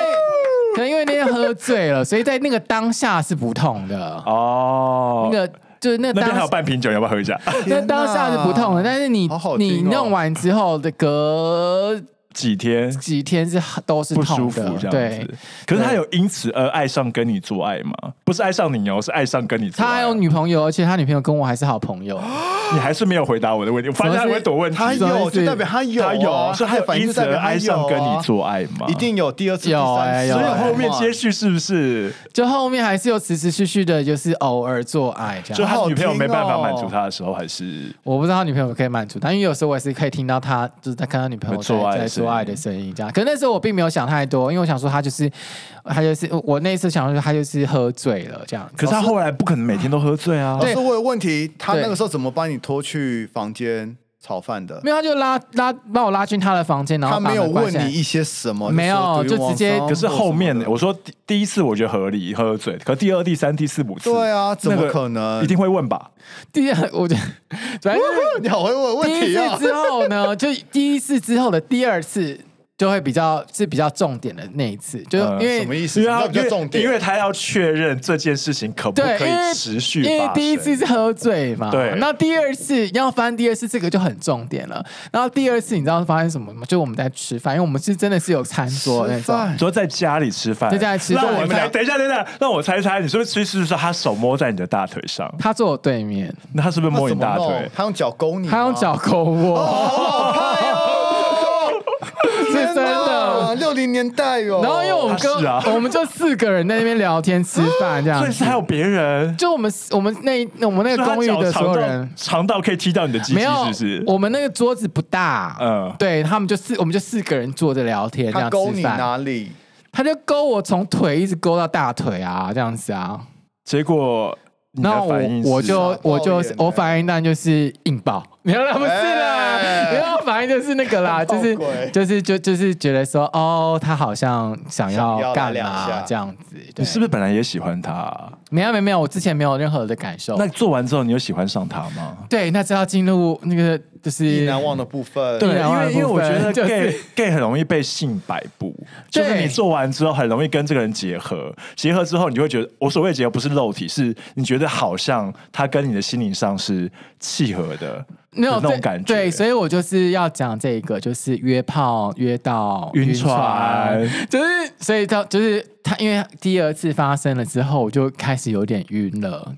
可能因为那天喝醉了，所以在那个当下是不痛的。
哦
那，个就是那
那
个
边还有
当
半瓶酒，要不要喝一 下？
那个当下是不痛的，但是你
好好听哦
你弄完之后的隔
几天
几天是都是
不舒
痛
服
的，
这样
对
子。。可是他
对
有因此而爱上跟你做爱吗？不是爱上你哦，是爱上跟你做爱。
他还有，女朋友，而且他女朋友跟我还是好朋友。
你还是没有回答我的问题。我发现他
什么是
会躲问题，
他
什么
有
意思
就代表他有啊，
他有，所以
他
他有
反应
因
就
此
代
而
表他
爱上跟你
有啊，
做爱吗？
一。定有第二次、第
有哎
三次，
有
所
啊
以
哎
后面接续是不是？
就后面还是有持持续续的，就是偶尔做爱这
就
样。
他女朋友没办法
好好
满
听哦
足他的时候，还是
我不知道他女朋友可不可以满足他，因为有时候我也是可以听到他就是在看到女朋友在
做爱
在
的声音
做爱的声音这样。可那时候我并没有想太多，因为我想说他就是他就是我那一次想说他就是喝醉了这样子。
可是他后来不可能每天都喝醉啊。
老
对
师，我有问题，他
对
那个时候怎么把你拖去房间炒饭的？
没有，他就拉拉把我拉进他的房间，然后
他没有
把门关
问
起来
你一些什么，
没有
说 "Do you
就直接
want some？"
可是后面
或
啊
什么的
我说第第一次我觉得合理喝醉，可第二、第三、第四、五次，
对啊，怎
那
么
个
可能？
一定会问吧？
第二，我觉得反正就是
你好会问问
第一
题啊
次！之 后呢，就第一次之后的第二次就会比较是比较重点的那一次，就是
嗯
因为、
呃什么意思？
因为他
那比较重点，
因为他要确认这件事情可不
对，
可
因为
以持续
因为
发生
第一次是喝醉嘛，
对
那第二次要翻第二次这个就很重点了。然后第二次你知道发生什么吗？就我们在吃饭，因为我们是真的是有餐桌那
吃
种。
饭
你说哎在家里吃饭，
在家里吃饭
让
你
我
们
猜，
俩
等一下，等一下，让我猜猜，你是不是吃一吃的时候，他手摸在你的大腿上？
他坐我对面，
那他是不是
那
摸你
怎么
大
弄
腿？
他用脚勾你吗，
他用脚抠我，
哦
是真的。
啊六零年代哟。
然后因为我们
他是
跟、
啊
我们就四个人在那边聊天吃饭 这
所
样
以
子
是，还有别人，
就我们我们那我们那个公寓
所以
的
他脚
所
长
有
到
人，
长到可以踢到你的鸡鸡，
没有
是不是？
我们那个桌子不大，嗯
嗯，
对他们就四我们就四个人坐着聊天这
他
样
勾
吃
你
饭。
哪里？
他就勾我从腿一直勾到大腿啊，这样子啊。
结果你
然
的
后我
反应是
我就我就
爆眼欸
我反应当然就是硬爆， 没有啦，不是啦，
哎
然后反应就是那 个啦，
爆
就是
鬼
就是就就是觉得说哦，他好像
想
想要
要
干
来两
嘛
下
这样子。对哦
你是不是本来也喜欢他啊？
没有没有没有，我之前没有任何的感受。
那做完之后，你有喜欢上他吗？
对，那就要进入那个就是
意难忘的部分，
对
因为因为我觉得
就是
gay gay 很容易被性摆布，就是
对
你做完之后很容易跟这个人结合，结合之后你就会觉得，我所谓的结合不是肉体，是你觉得好像他跟你的心灵上是契合的，
没有
的那
对
种感觉。
对，所以我就是要讲这个，就是约炮约到
晕船
就是所以到就是他，因为第二次发生了之后，我就开始有点晕了。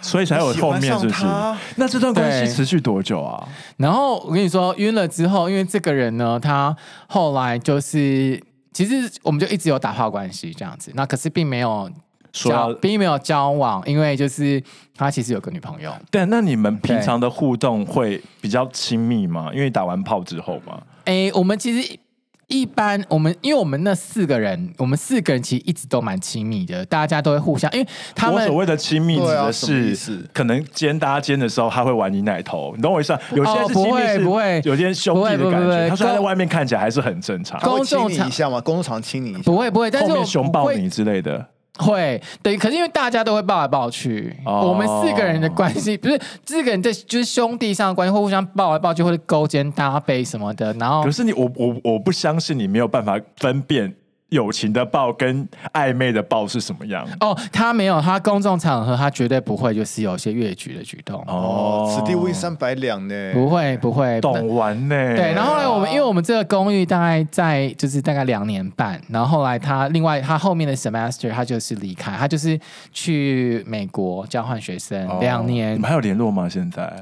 所以才有后面是
你喜
不是
欢上他？
那这段关
对
系持续多久啊？
然后我跟你说，晕了之后，因为这个人呢，他后来就是其实我们就一直有打炮关系这样子，那可是并没有
说
交
要，
并没有交往，因为就是他其实有个女朋友。
但那你们平常的互动会比较亲密吗？因为打完炮之后嘛，
诶，我们其实一般我们，因为我们那四个人，我们四个人其实一直都蛮亲密的，大家都会互相，因为他
我
们
所谓的亲密指
对啊
的
什么意
是，
思
可能肩搭肩的时候，他会玩你奶头，你懂我意思吗？有些
哦
是
不
亲密
会
是，
不会
有些是兄弟
不会
的感
不会不会
觉。他说他在
公
外面看起来还是很正常，
他
公
会亲
众
你
场
一下吗？公众场亲你一下，
不会不会，但
后
是我
面熊抱
会
你之类的。
会对，可是因为大家都会抱来抱去，
哦
我们四个人的关系不是四个人的，就是兄弟上的关系，会互相抱来抱去，或者勾肩搭背什么的，然后
可是你，我我我不相信你没有办法分辨友情的抱跟暧昧的抱是什么样。
哦，他没有，他公众场合他绝对不会，就是有一些越矩的举动，
哦，此地无银三百两呢。
不会不会，
懂玩呢、
对，然后后来我们因为我们这个公寓大概在就是大概两年半，然后后来他另外他后面的 semester 他就是离开，他就是去美国交换学生
哦
两
你
年
们，还有联络吗？现在？
啊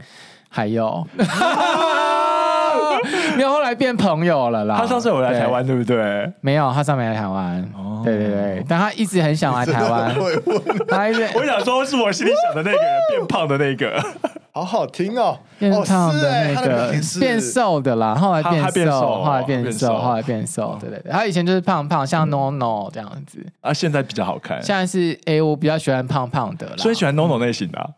还有， 没有后来变朋友了啦。
他上次有来台湾，对不对？
对，没有，他上次没来台湾。
哦
对对对，但他一直 很想来台湾，
会问
他一直
我想说，是我心里想的那个人变胖的那个，
好好听哦，
变
哦
胖
是哎、
的那
他的表情
个
是
变瘦的啦，后来
他他
变
变瘦
瘦，后来
变
变瘦，
瘦哦嗯
后来变瘦，对对对。他以前就是胖胖，像 No No 这样子，
啊，现在比较好看，
现在是哎，我比较喜欢胖胖的啦。
所以喜欢 NONO 类型的啊。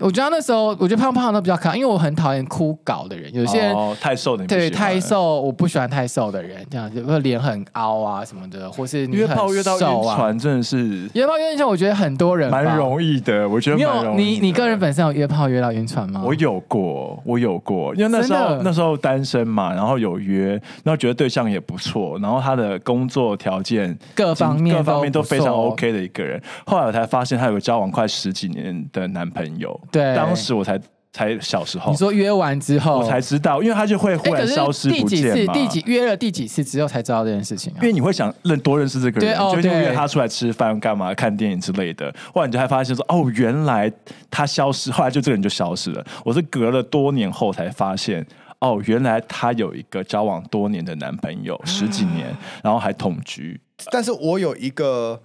我觉得那时候我觉得胖胖的比较可爱，因为我很讨厌枯槁的人，有些人。
哦太瘦的你不喜
对
欢
太，瘦，我不喜欢太瘦的人，这样子，或者脸很凹啊什么的，或是你
约
很
炮约到
瘦
晕
啊。
船真的是
约炮约到我觉得很多人吧
蛮容易的，我觉得
你
蛮
有
容易
你
的
你个人本身有约炮约到晕船吗？
我有过，我有过，因为那时
真
候
的
那时候单身嘛，然后有约，然后觉得对象也不错，然后他的工作条件
各方面
各方面都
都
非常
不错
OK 的一个人。后来我才发现他有个交往快十几年的男朋友，
对
当时我才才小时候
你，说约完之后
我才知道，因为他就会
哎
忽
可
然
是
消失
第
不
几
见
次
嘛。
第几约了第几次之后才知道这件事情啊
因？为你会想认多认识这个人，
对哦
就就约
对
他出来吃饭、干嘛、看电影之类的。后来你就还发现说，哦，原来他消失，后来就这个人就消失了。我是隔了多年后才发现，哦，原来他有一个交往多年的男朋
啊
友，十几年，然后还同居。
但是我有一个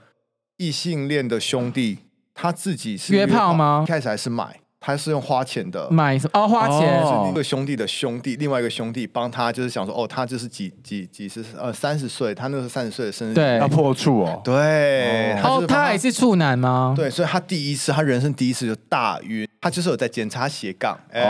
异性恋的兄弟，他自己是
约炮吗
一开始还是买，他是用花钱的。
买什么？哦，花钱。
哦
一个兄弟的兄弟，另外一个兄弟帮他，就是想说，哦，他就是几几几十呃三十岁，他那时候三十岁的生日，
对
要破处哦，
对，就
哦
是，帮
他也是处男吗？
对，所以他第一次，他人生第一次就大晕，他就是有在检查斜杠，哎、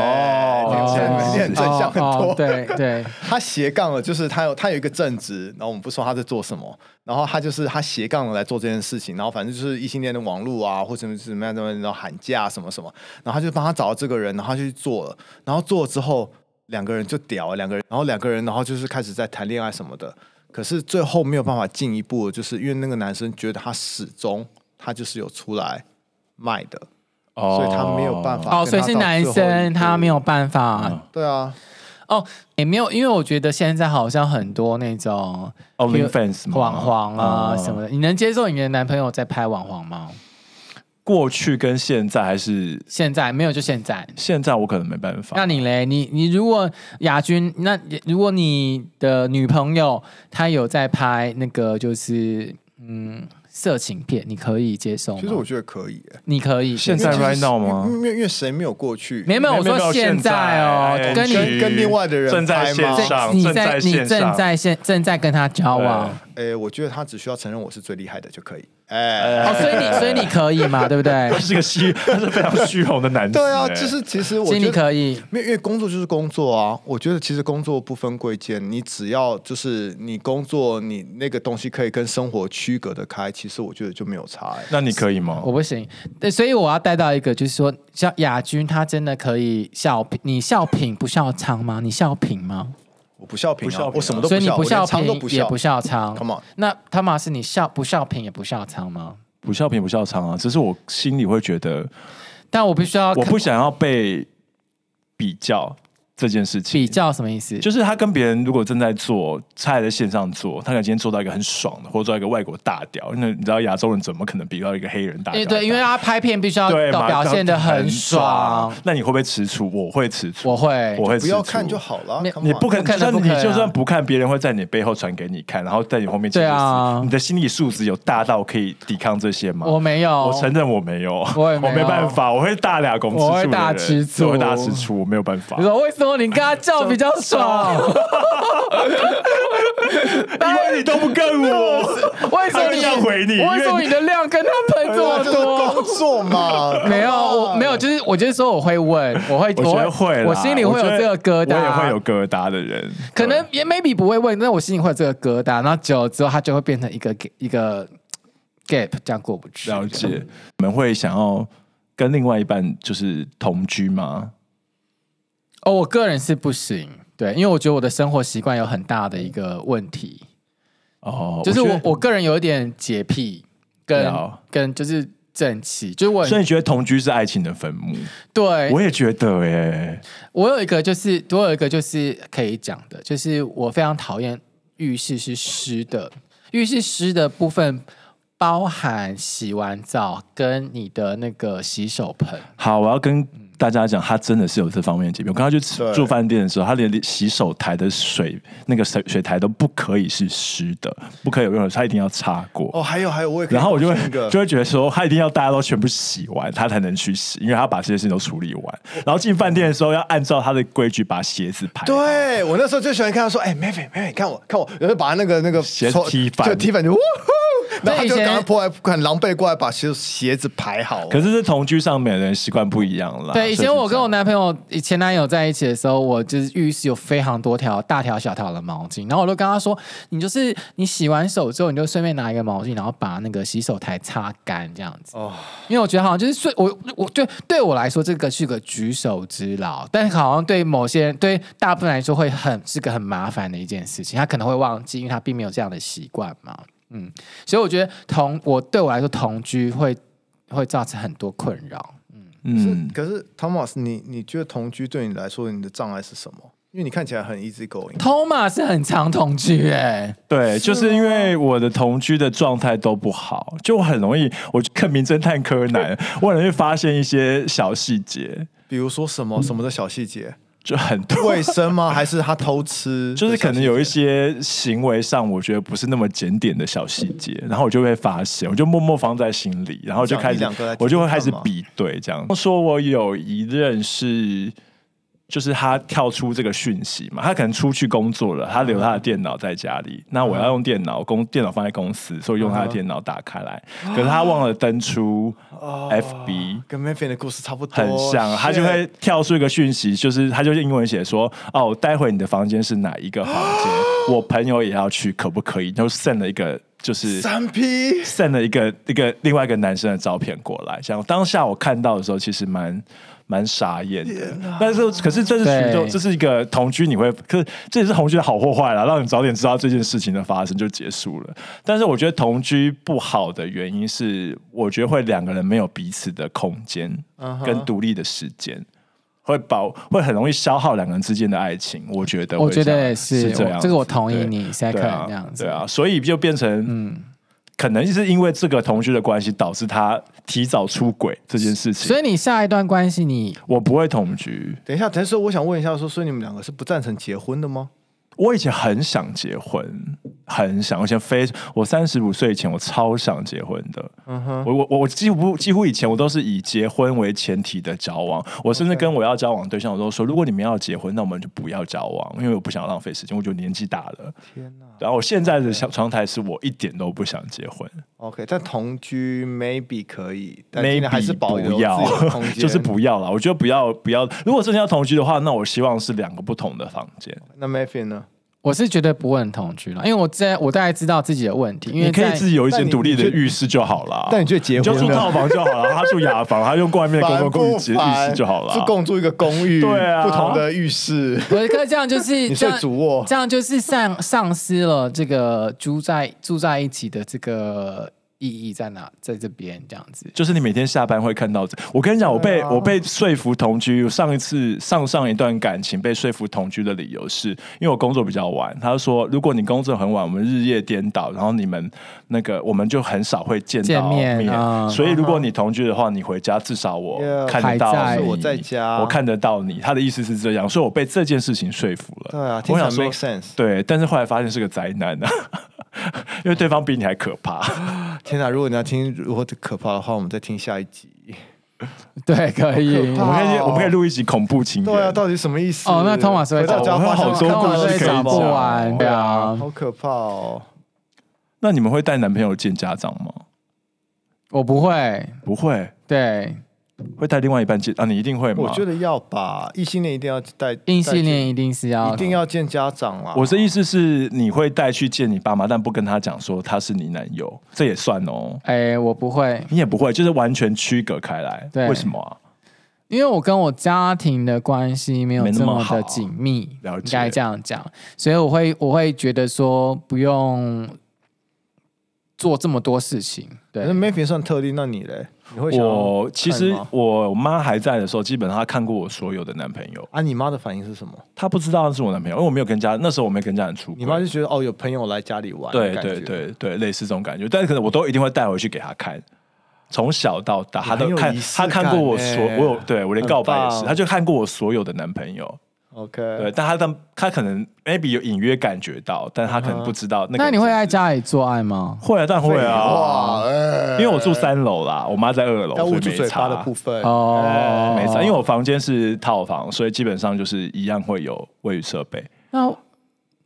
哦
这个
哦
很正向很
哦
多，
哦对对，
他斜杠了，就是他有他有一个正职，然后我们不说他在做什么，然后他就是他斜杠了来做这件事情，然后反正就是异性恋的网络啊，或者怎么样怎么样，然后喊价什么什么，然后他就帮他找到这个人，然后他就去做了，然后做了之后两个人就屌了，两个人，然后两个人然后就是开始在谈恋爱什么的，可是最后没有办法进一步，就是因为那个男生觉得他始终他就是有出来卖的，
哦
所以他没有办法
哦，所以是男生，他没有办法
对啊，
哦，也没有，因为我觉得现在好像很多那种
哦 OnlyFans 吗
网黄啊
哦
什么的，你能接受你的男朋友在拍网黄吗？
过去跟现在还是
现在没有，就现在。
现在，我可能没办法。
那你嘞？你你如果亚军，那如果你的女朋友她有在拍那个就是嗯色情片，你可以接受吗？
其实我觉得可以、欸。
你可以
现在
因为其
right
实
now 吗
因为因为谁没有过去？
没有没有，我
没有
说现在哦，
哎
跟你
同居
跟另外的人
正
拍
在
吗
线
正
上，
你
正
在你
线上
正，在现正在跟他交往
对
诶、哎我觉得他只需要承认我是最厉害的就可以。哎、
哦，所以你所以你可以嘛，对不对
他？是个虚，他是非常虚荣的男子。
对啊，
哎
就是其实我
所以
觉得，
你可以，
因为因为工作就是工作啊。我觉得其实工作不分贵贱，你只要就是你工作，你那个东西可以跟生活区隔得开，其实我觉得就没有差、欸。
那你可以吗？
我不行。对，所以我要带到一个，就是说，像亚军，他真的可以笑品，你笑品不笑娼吗？你笑品吗？
我不笑品
不
啊，
笑品啊
我什么都
所以你
笑，
不
我连
笑
娼都
品
不
也
笑。
不笑娼。
Come on
那他妈是你笑不笑品也不笑娼吗？
不笑贫不笑娼啊，只是我心里会觉得，
但我必须要
我不想要被比较这件事情。
比较什么意思？
就是他跟别人如果正在做，他还在线上做，他可能今天做到一个很爽的，或者做到一个外国大屌，那你知道亚洲人怎么可能比到一个黑人大
因
屌
为
大？
对，因为他拍片必须要
对嘛
表现的很爽，。
那你会不会吃醋？我会吃醋，
我会
我会吃醋
不要看就。好了
没，
Come
你
on
不可能，
不可
就算你
能不可能啊
就算不看，别人会在你背后传给你看，然后在你后面解释。
对啊
你的心理素质有大到可以抵抗这些吗？
我没有，
我承认我没有，
我也没有
办法，我会大俩公吃醋的人
我会大吃醋
我会大吃醋，我没有办法
你。说为什么你跟他叫比较爽？
因为你都不跟 我，
为什么
他会这样
你
回你因为
为什么你的量跟他喷这
对啊
么
就是
多？
工作 嘛，
没有，我没有，就是我就是说我会问，我会，
我觉得会啦，
我心里会有
我觉得
这个疙瘩，
我也会有，疙瘩的人，
可能也 maybe 不会问，但我心里会有这个疙瘩，然后久了之后，它就会变成一个一个 gap，这样过不去。
对了解。你们会想要跟另外一半就是同居吗？
哦，我个人是不行，对，因为我觉得我的生活习惯有很大的一个问题，
哦，
就是
觉
我
得
我个人有一点洁癖，
对
跟
啊
跟就是正气，就是我哎
所以
很
你觉得同居是爱情的坟墓？
对
我也觉得耶，
我有一个就是，我有一个就是可以讲的，就是我非常讨厌浴室是湿的。浴室湿的部分包含洗完澡跟你的那个洗手盆。
好，我要跟大家讲，他真的是有这方面的疾病。我刚刚去吃
对
住饭店的时候，他连洗手台的水那个水水台都不可以是湿的，不可以有任何，他一定要擦过。
哦，还有还有，我也可以
然后我就
贡献
会
一个
就会觉得说，他一定要大家都全部洗完，他才能去洗，因为他把这些事情都处理完。然后进饭店的时候要按照他的规矩把鞋子排好。
对我那时候最喜欢看他说：“哎、妹妹妹妹，看我看我！”然后把他那个那个
鞋子
抽
踢翻
就踢反就呜呼，然后他
对以
就
前
赶快过来，很狼狈过来把鞋鞋子排好。
可是是同居上面的人习惯不一样啦。
对，以
所
前
是
我
这
跟
样
我男朋友、以前男友在一起的时候，我就是浴室有非常多条大条小条的毛巾，然后我都跟他说，你就是你洗完手之后，你就顺便拿一个毛巾，然后把那个洗手台擦干这样子。
哦，
因为我觉得好像就是睡我我对对我来说，这个是个举手之劳，但是好像对某些人对大部分来说会很是个很麻烦的一件事情，他可能会忘记，因为他并没有这样的习惯嘛。嗯，所以我觉得同我对我来说同居会会造成很多困扰。
嗯，
可是 Thomas，你你觉得同居对你来说你的障碍是什么？因为你看起来很 easy going。
Thomas 是很常同居哎、
对，就是因为我的同居的状态都不好，就我很容易，我就看《名侦探柯南》，我很容易发现一些小细节，
比如说什么
嗯
什么的小细节，
就很多
卫，生吗？还是他偷吃？
就是可能有一
些。
些行为上我觉得不是那么检点的小细节，然后我就会发现，我就默默放在心里，然后就开
讲一
始
两个来，听
我就会开始
听看嘛
比对这样。说我有一任是。就是他跳出这个讯息嘛，他可能出去工作了，他留他的电脑在家里。那我要用电脑，公电脑放在公司，所以用他的电脑打开来。可是他忘了登出 FB，、
跟 m a f i n 的故事差不多，
很像，他就
shit
会跳出一个讯息，就是他就是英文写说，哦，待会你的房间是哪一个房 间，我朋友也要去，可不可以？然后 send 了一个就是
三 P。
send 了一个一个另外一个男生的照片过来，这样当下我看到的时候，其实蛮蛮傻眼的。但是可是这是
对
徐州，这是一个同居，你会可是这也是同居的好或坏啦，让你早点知道这件事情的发生就结束了。但是我觉得同居不好的原因是，我觉得会两个人没有彼此的空间
嗯哼
跟独立的时间。会保会很容易消耗两个人之间的爱情，我觉得会
我觉
这
得
样
也是，
这样
我
子，
这个我同意
对
你，现在
对
可能
啊，
这样子。
对啊，所以就变成嗯。可能是因为这个同居的关系，导致他提早出轨这件事情。
所以你下一段关系你
我不会同居。
等一下，等一下，我想问一下说所以你们两个是不赞成结婚的吗？
我以前很想结婚，很想，我以前非我三十五岁以前，我超想结婚的。
嗯哼，
我我我我几乎几乎以前我都是以结婚为前提的交往，我甚至跟我要交往的对象我都说，如果你们要结婚，那我们就不要交往，因为我不想浪费时间，我觉得年纪大了。
嗯
天哪
然后我现在的想状态是我一点都不想结婚。
，OK，但同居 maybe 可以，但尽
maybe
量还是保留
不
自己的空
要，
间，
就是不要啦。我觉得不要不要。如果真的要同居的话，那我希望是两个不同的房间。
那 m a f i n 呢？
我是绝对不问同居了，因为我在我大概知道自己的问题，因为
你可以
在
自己有一
但
间
你
独立的
你就
浴室就好啦。
但你觉得结
啊你就
婚
住套
呢？
房就好了，他住雅房，他用外面的公
烦
共
不
公寓浴
烦
室就好
是
了。
共住一个公寓，
对啊
不同的浴室。
我可以这样就 是
你
这
睡
样，
主卧
这样就是丧丧失了这个住在住在一起的这个意义在哪，在这边这样子。
就是你每天下班会看到这，我跟你讲，我被、
啊
我被说服同居。上一次上上一段感情被说服同居的理由是，因为我工作比较晚。他说，如果你工作很晚，我们日夜颠倒，然后你们那个我们就很少会见到
见面嗯
所以如果你同居的话，你回家至少我
Yeah，
看得到
还在
你，
我在家
我看得到你。他的意思是这样，所以我被这件事情说服了。
对啊，听
我
起来
想说
make sense。
对，但是后来发现是个宅男啊， 因为对方比你还可 怕。
天哪，如果你要听如果可怕的话，我们再听下一 集。
对，可以。
我
好可怕
们可以
哦
我们可以录一集恐怖情人。
对啊，到底什么意思？
哦，那 Thomas 会
回到
找
家
我
发
好
生
多
什么
故事
事
可以
找不
讲
完，对啊。
好可怕哦！
那你们会带男朋友见家长吗？
我不会，
不会，
对，
会带另外一半见啊？你一定会吗？
我觉得要吧，异性恋一定要带，
异性恋一定是
带
要
去一定要见家长啦。
我的意思是，你会带去见你爸妈，但不跟他讲说他是你男友，这也算哦。
哎，我不会，
你也不会，就是完全区隔开来。
对
为什么啊？
因为我跟我家庭的关系没有
没那
这
么
么
好
的紧密，
了
应
解
该这样讲，所以我会我会觉得说不用做这么多事情，对
哎那 m a v i n 算特例，那你嘞？你会想要
我其实
看吗
我妈还在的时候，基本上她看过我所有的男朋友，
啊，你妈的反应是什么？
她不知道那是我男朋友，因为我没有跟家那时候我没跟家人出轨。
你妈就觉得哦，有朋友来家里玩，
对
感觉
对对对，类似这种感觉，但是可能我都一定会带回去给她看。从小到大，他都
很有
看
仪式
他看过我
感
所
欸
我有对我连告白也
很
是，
棒
他就看过我所有的男朋友。
OK，
对，但他当他可能 maybe 有隐约感觉到，但他可
嗯
能不知道那个。
那你会在？家里做爱吗？
会啊，当然会啊，
哇，
因为我住三楼啦，我妈在二楼，
要
所
捂
以
住
没
嘴巴
差
的部分，哎
哦，
没错，因为我房间是套房，所以基本上就是一样会有卫浴设 备。
那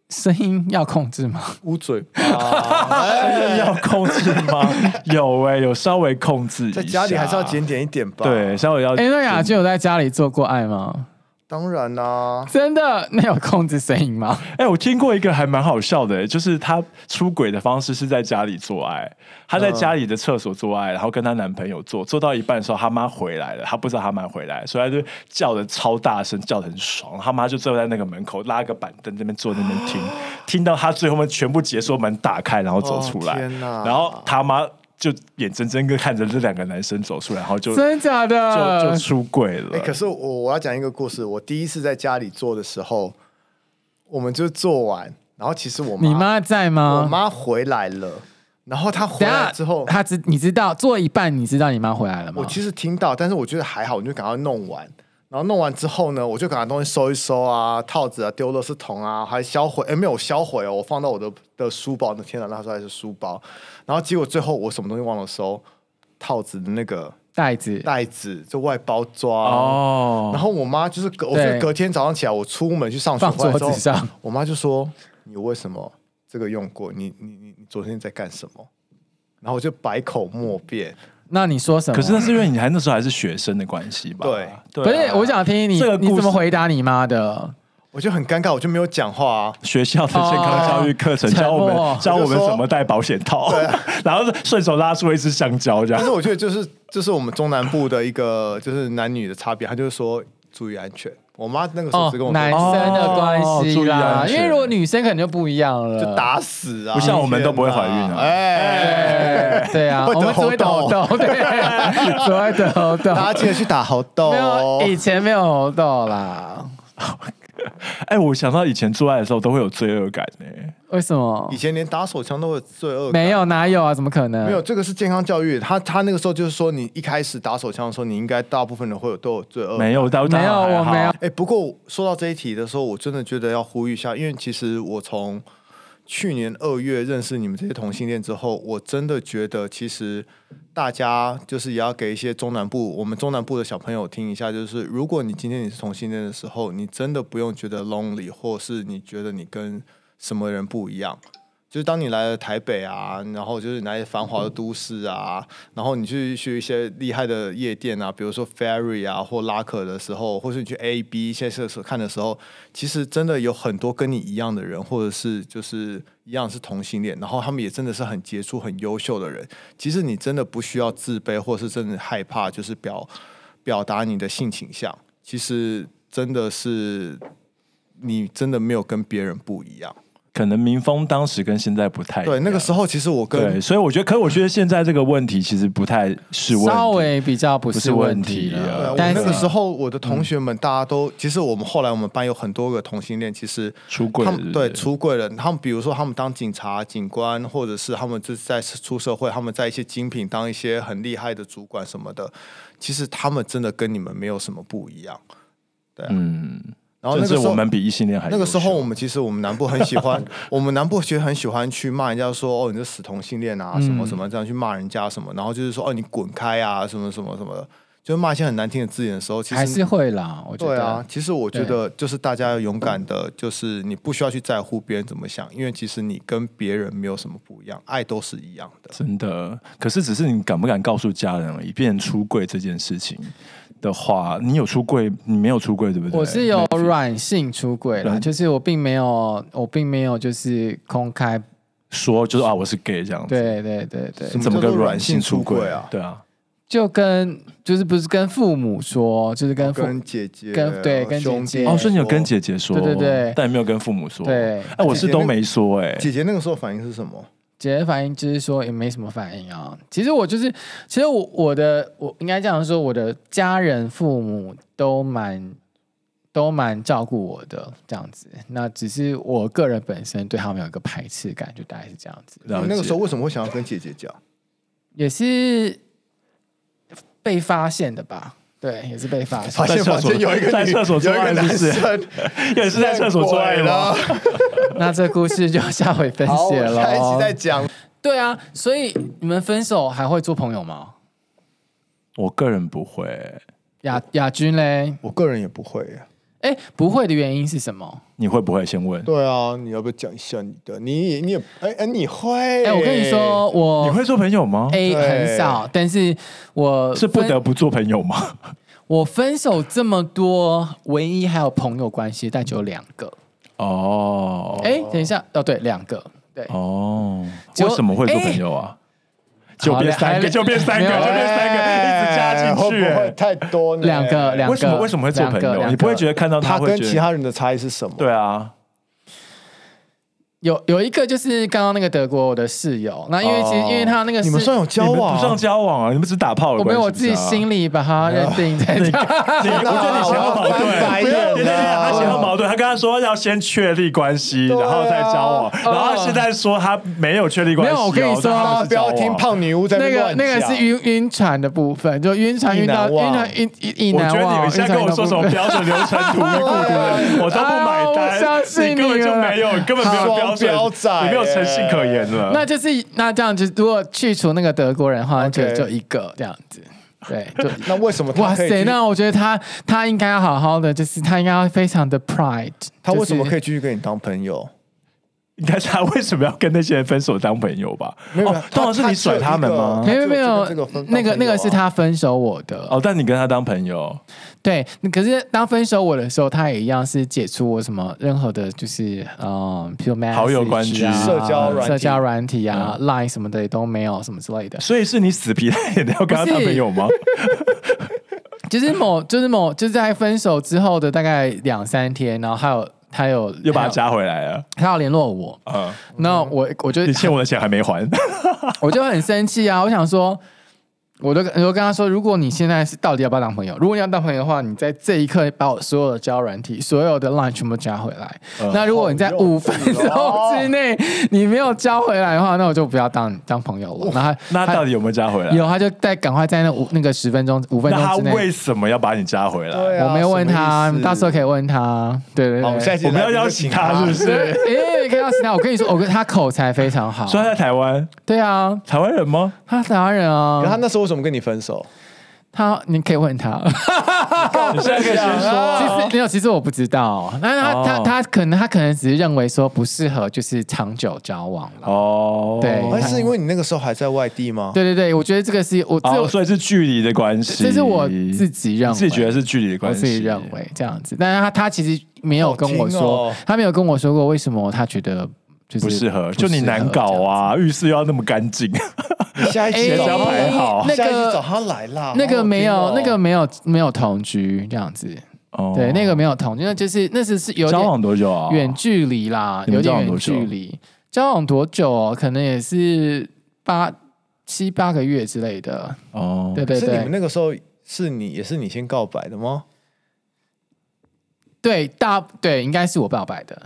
声音要控制吗？
捂嘴巴，哎
要控制吗？ 有哎、有稍微控制一下，
在家里还是要检点一点吧。
对，，稍微要。
哎、那雅君有在家里做过爱吗？
当然啊啦、
真的？那有控制声音吗？
哎、我听过一个还蛮好笑的、就是她出轨的方式是在家里做爱，她
嗯
在家里的厕所做爱，然后跟她男朋友做，做到一半的时候，她妈回来了，她不知道她妈回来，所以她就叫的超大声，叫的很爽，她妈就坐在那个门口拉个板凳那边坐那边 听，听到她最后面全部结束，门打开，然后走出来，
哦天哪
然后她妈就眼睁睁的看着这两个男生走出来，然后就就
真假
就
的？
出轨了。
哎、可是我我要讲一个故事，我第一次在家里做的时候，我们就做完，然后其实我妈
你妈在吗？
我妈回来了，然后她回
等一
来
下
之后，
他知你知道做一半，你知道你妈回来了吗
我？其实听到，但是我觉得还好，我就赶快弄完。然后弄完之后呢，我就赶快东西收一收啊，套子啊，丢垃圾桶啊，还销毁。哎，没有销毁哦，我放到我的的书包。那天哪，啊那时候还是书包。然后结果最后我什么东西忘了收，套子的那个
袋子
袋子就外包装。
哦
然后我妈就是隔，我记得隔天早上起来，我出门去上学
放
回来之
桌
后
子上，
我妈就说：“你为什么这个用过？你你你你昨天在干什么？”然后我就百口莫辩。
那你说什么？
可是那是因为你还那时候还是学生的关系吧？
对
对
不
啊
是我想听你
这个故事
你怎么回答你妈的？
我就很尴尬，我就没有讲话啊。
学校的健康教育课程
哦
教我们教我
沉默
们怎么戴保险套， 然后顺手拉出一只香蕉这
但是
样。
啊我觉得就是这是我们中南部的一个就是男女的差别，他就是说注意安全。我妈那个时候只跟我
哦男
说、
生的关系
哦
啦，
注意安全
因为如果女生可能就不一样了，
就打死啊，
不像我们都不会怀孕啊
天哪哎、
对啊，
会
我
得
们只
猴
会
痘
抖猴痘，对，只会抖猴痘。
大家记得去打猴痘、
没
哦
有，哎以前没有猴痘啦，
哎，我想到以前做爱的时候都会有罪恶感呢。
为什么
以？前连打手枪都有罪恶感。
没有，哪有啊？怎么可能？
没有，这个是健康教育。他他那个时候就是说，你一开始打手枪的时候，你应该大部分人会有都有罪恶感
没有，但
没有，我没有。。
哎、不过说到这一题的时候，我真的觉得要呼吁一下，因为其实我从去年二月认识你们这些同性恋之后，我真的觉得其实大家就是也要给一些中南部我们中南部的小朋友听一下，就是如果你今天你是同性恋的时候，你真的不用觉得 lonely，或是你觉得你跟什么人不一样。就是当你来了台北啊，然后就是来繁华的都市啊，然后你去去一些厉害的夜店啊，比如说 Ferry 啊或拉克的时候，或是你去 A B 现在是看的时候，其实真的有很多跟你一样的人，或者是就是一样是同性恋，然后他们也真的是很杰出、很优秀的人。其实你真的不需要自卑，或是真的害怕，就是表表达你的性倾向。其实真的是你真的没有跟别人不一样。
可能民风当时跟现在不太一样
对，那个时候其实我跟
对，所以我觉得，可是我觉得现在这个问题其实不太是问题，
稍微比较不
不是
是
问
问
题
题了
啊，
对，我
但
那
是
个时候我的同学们大家
嗯
都，其实我们后来我们班有很多个同性恋，其实
出柜
他
是
们
不
对
是
出柜了。他们比如说他们当警察、警官，或者是他们就是在出社会，他们在一些精品当一些很厉害的主管什么的，其实他们真的跟你们没有什么不一样。
嗯，
然后那个
甚
时
至
候
我们比异性恋还
那个时候，
优
我
秀
们其实我们南部很喜 欢，我们南部其实很喜欢去骂人家说哦，你这死同性恋
嗯
啊，什么什么这样去骂人家什么，然后就是说哦，你滚开啊，什么什么什么的，就是骂一些很难听的字眼的时候，其实
还是会啦，我觉
对啊
得，。
其实我觉得就是大家要勇敢的，就是你不需要去在乎别人怎么想，因为其实你跟别人没有什么不一样，爱都是一样的。
真的，可是只是你敢不敢告诉家人而已。变成出柜这件事情的话，你有出柜，你没有出柜，对不对？
我是有软性出轨啦，
软
就是我并没有，我并没有就是公开，
说就是啊，我是 gay 这样子。，
对对对对，
怎么
什么叫
个
做
软性出
软
柜
性出柜啊
对啊，
就跟就是不是跟父母说，就是跟父
哦跟姐姐，
跟对跟姐
兄弟
姐
哦，所以你有跟姐姐说，
对对对
但也没有跟父母说。
对
哎，我是都没说，哎，
姐姐那个时候反应是什么？
姐姐反应就是说也没什么反应啊。其实我就是，其实我我的我应该这样说，我的家人父母都蛮都蛮照顾我的这样子。那只是我个人本身对他们有一个排斥感，就大概是这样子。
了解哦
你那个时候为什么会想要跟姐姐讲？
也是被发现的吧？对，也是被发现
发。现
在
房
厕所
间有一个女
在厕所做
有一个
爱
男
是不是
生，
也是在厕所做爱 吗？
见鬼了？
那这故事就下回分
好，我
解
们下一期再
了。
讲。
对啊，所以你们分手还会做朋友吗？
我个人不会，
亚亚军嘞？
我个人也不会耶。
哎，不会的原因是什么？
你会不会先
哦
问？
对啊，你要不要讲一下你的？你也你也哎哎，你会？
哎，我跟你说，
你
我
会做朋友吗？
A
对
很少，但是我
是不
哎分
得不做朋友吗？
我分手这么多，唯一还有朋友关系，但只有两个。
哦，
哎、等一下，哦，对，两个，对，
哦，
就
为什么会做朋友啊？就
哎好
变三
还
个，就变三个，
没有
就变三个，一直加进去
哎会不会。太多呢？
两个，两个。
为什么为什么会做朋
两个
友？你不会觉得看到
他
会
跟
觉得
其他人的差异是什么？
对啊，
有有一个就是刚刚那个德国我的室友，那因为其实、
哦
因为他那个
你
是
们算有交
你们
往
不
啊？
上交往啊，你们只是打炮了。
我没有我自己心
里，
里把他认定在这样，
你我觉得你想要矛盾，
翻白眼了
啊
对对对，他想要矛盾，他跟他说要先确立关系，
对啊
然后再交往，然后他现在说他没有确立关系哦。
哦没有我跟你说啊
但他
大家
们是
不
交
要
往
听。胖女巫在
那个
乱
那个
讲
是晕晕船的部分，就晕船
意
晕到
难
晕
忘
船晕一一
我
难
觉
忘。
得你们现在跟我说什么
晕船晕到
标准流程图一固图的，我都不买
啊我
单。
相信
你根本
你
就
了
没有，根本没有标
双
准，
标仔
你没有诚信可言了。
那就是那这样子，如果去除那个德国人的话，就
OK
就一个这样子，对， 就
那为什么他
哇
可以
塞！
继
那我觉得他他应该要好好的，就是他应该要非常的 pride。
他为什么可
以？
以继续跟你当朋友？
应该是他为什么要跟那些人分手当朋友吧？
没有没有
哦当然是
他
你甩他们吗
他只？
没
有
有没有
这个分，
那个
当朋友啊
那个是他分手我的
哦，但你跟他当朋友，
对。可是当分手我的时候，他也一样是解除我什么任何的，就是嗯，譬如 message 啊
好友关系
社交软体嗯
社交软体啊、line 什么的也都没有什么之类的。
所以是你死皮赖脸的要跟他
不是
当朋友吗？
就是某就是某就是在分手之后的大概两三天，然后还有他有
又把他加回来了。
他有联络我，
嗯，
那我我就
你欠我的钱还没还，
我就很生气啊！我想说，我都我就跟他说，如果你现在是到底要不要当朋友？如果你要当朋友的话，你在这一刻把我所有的交友软体、所有的 line 全部加回来。那如果你在
好幼稚哦
五分钟之内你没有交回来的话，那我就不要当当朋友了。然后他
那
他
到底有没有加回来？
有他就在赶快在那五那个十分钟五分
那他
钟之内
为，什么要把你加回来？
对啊
我没有问他，到时候可以问他。对对
以
对，
好，我们下一
一
期
我们
来
要
宾就
邀请
请
他，是不是？
哎、可以邀请他。我跟你说，我跟他口才非常好。
所以他在台湾，
对啊，
台湾人吗？
他台湾人啊
可，他那时候为什么跟你分手？
他你可以问他。
你现在可以先说
其
啊。
实没有，其实我不知道。那他、
哦
他他可能他可能只是认为说不适合就是长久交往了。
哦，
对
哎，是因为你那个时候还在外地吗？
对对对，我觉得这个是我这、
哦，所以是距离的关系。
这是我自己认为，
自己觉得是距离的
我
关系，
自己认为这样子。但是他他其实没有跟我
好听
说，
哦
他没有跟我说过为什么他觉得就是
不适合，
不
就你难搞啊，浴室又要那么干 净。
你下一期
哎
找他
哎
那个
下一期找他来啦。
这
好好
样子。那个
听
没有
哦，
那个没有没有同居这样子，
哦
对，那个没有同居，那就是那是是有
交
点
往多久啊？
远距离啦，
你
有
们交
点
往
远
多久啊
距离。交往多久哦？可能也是八七八个月之类的。
哦，
对对
是你们
对，
那个时候是你也是你先告白的吗？
对大对，应该是我告白的。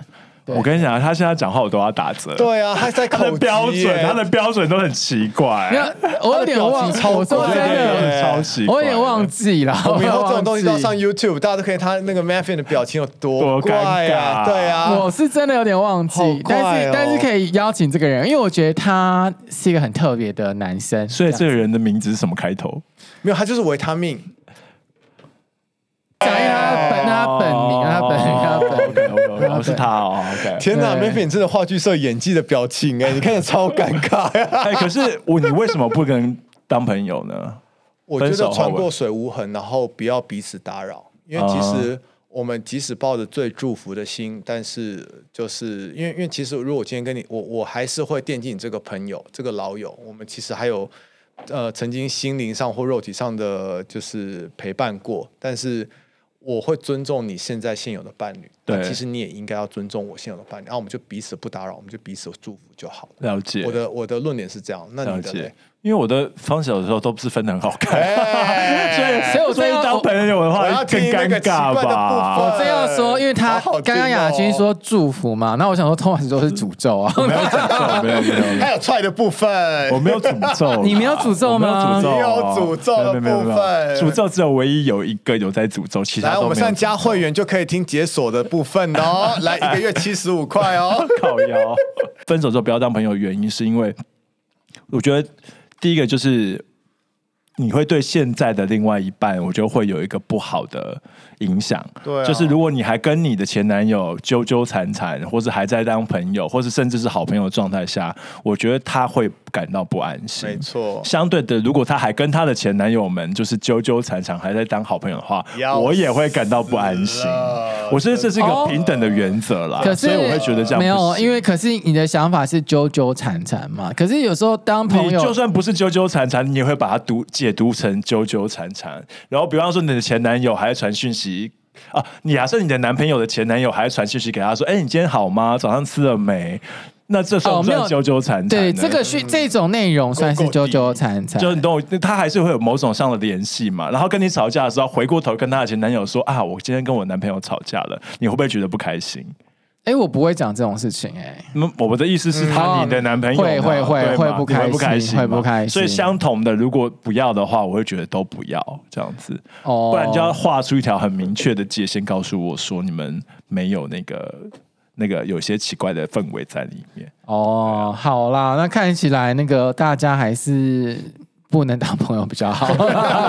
对
我跟你讲，他现在讲话我都要打 折。
对啊，他在
他
口
的标
急耶
准，他的标准都很奇怪。
没有，我有点
他
忘，
的表情超
我说
怪
真
对对对
的，
耶
超奇怪，
我有点忘。记了。
我们以后这种东西都要上
我
YouTube，大家都可以。他那个 Matthew 的表情有多
多尴
怪啊？
尬
对
忘记。
啊，
我是真的有点忘
好
记，
怪
但是
哦
但是可以邀请这个人，因为我觉得他是一个很特别的男生，
所以
这
这个人的名字是什么开头？
没有，他就是维他命。
样讲一下他本他本名，他本名，他本名。
OK，OK，OK，哦是他哦。OK，
天哪
对
，Matthew 你真的话剧社演技的表情哎，你看着超尴尬呀。
哎，可是我你为什么不跟当朋友呢？
我觉
分手
得
后
穿过
吧
水无痕，然后不要彼此打扰，因为
啊
其实我们即使抱着最祝福的心，但是就是因为因为其实如果我今天跟你，我我还是会惦记你这个朋友，这个老友，我们其实还有呃曾经心灵上或肉体上的就是陪伴过，但是
我会尊重你现在现有的伴侣，
对
但其实你也应该要尊重我现有的伴
啊
侣，然后我们就彼此不打扰，我们就彼此祝福就好了。
了解，
我的我的论点是这样，那
了
你的 嘞
解？，因为我的方小的时候都不是分的很好看，
哎
哎
所以
所以我
所以
这样
当朋友的
我
话
要
更
听那
尴
个奇
尬
怪的部
吧。
分
我这样说，因为他
好好听
刚刚雅君
哦
说祝福嘛，那我想说通常都是诅咒啊。
没有没有没有，
还有踹的部分，
我没有诅咒，
你没有诅咒吗
我没有
你有诅
诅咒，
咒的
没没没没有
部分
诅咒只有唯一有一个有在诅咒，其他
来，
都
我们
没有
上加会员就可以听解锁的部分 哦。来，一个月七十五块哦。
靠腰。分手之后不要当朋友，原因是因为我觉得第一个就是你会对现在的另外一半，我觉得会有一个不好的影响。
对啊
就是如果你还跟你的前男友纠纠缠缠，或是还在当朋友，或是甚至是好朋友的状态下，我觉得他会感到不安心。
没错
相对的，如果她还跟她的前男友们就是纠纠缠缠，还在当好朋友的话，
要
我也会感到不安心
死了。
我觉得这是一个
哦
平等的原则啦，
可是
所以我会觉得这样不
没有，
行
因为可是你的想法是纠纠缠缠嘛。可是有时候当朋
你
友，
就算不是纠纠缠缠，你也会把它读解读成纠纠缠缠。然后，比方说你的前男友还在传讯息啊，你假设你的男朋友的前男友还在传讯息给他说：“哎、你今天好吗？早上吃了没？”那这算
哦
不
没有
算纠纠缠缠呢？
对这个
嗯
是这种内容算是纠纠缠缠，
就是你懂我，他还是会有某种上的联系嘛。然后跟你吵架的时候，回过头跟他的前男友说啊，我今天跟我男朋友吵架了，你会不会觉得不开心？
哎、我不会讲这种事情、哎，
那么我的意思是他
嗯
你的男朋友嘛、
会会会
对吗
会不开心
你会不开心嘛，
会不开心
所以相同的，如果不要的话，我会觉得都不要这样子，
哦，
不然你就要画出一条很明确的界限，告诉我说你们没有那个那个有些奇怪的氛围在里面。
哦，好啦，那看起来那个大家还是不能当朋友比 较好。啊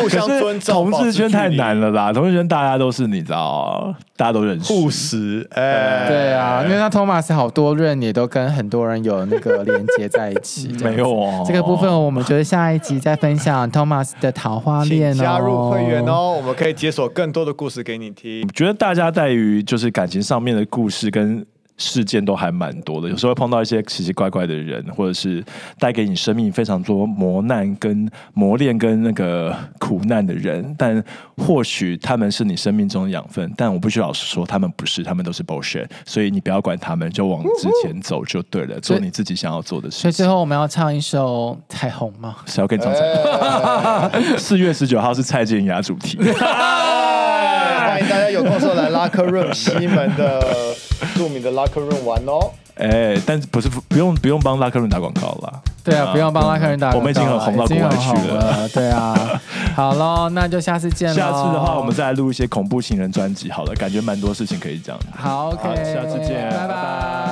互
可
相尊
是
重，
同
保持
志圈
距
太
离
难了啦，同志圈大家都是你知道，大家都认识，
务实，哎，
对啊，因为那托马斯好多任也都跟很多人有那个连接在一起。这样
没有哦，
这个部分，我们觉得下一集再分享托马斯的桃花恋
请
哦。
加入会员。哦，我们可以解锁更多的故事给你听
我。觉得大家在于就是感情上面的故事跟事件都还蛮多的，有时候会碰到一些奇奇怪怪的人，或者是带给你生命非常多磨难、跟磨练、跟那个苦难的人，但或许他们是你生命中的养分，但我必须老实说，他们不是，他们都是 bullshit，所以你不要管他们，就往之前走就对了，做你自己想要做的
所
事
以最
情。
后我们要唱一首《彩虹》吗？
谁要跟你讲什 四月十九号是蔡健雅主题。
哎 欢迎大家有空时候来拉克润西门的著名的拉克润玩哦。
哎、但是不是不用不用帮拉克润打广告啦。
对啊，不用帮拉客人打广告了，
我们已经很红到
已经
国外
很
去
红了。对啊，好喽，那就下次见喽。
哦
下次的话，我们再来录一些恐怖情人专辑好了，感觉蛮多事情可以讲的。
好，OK，
好下次见
拜
拜拜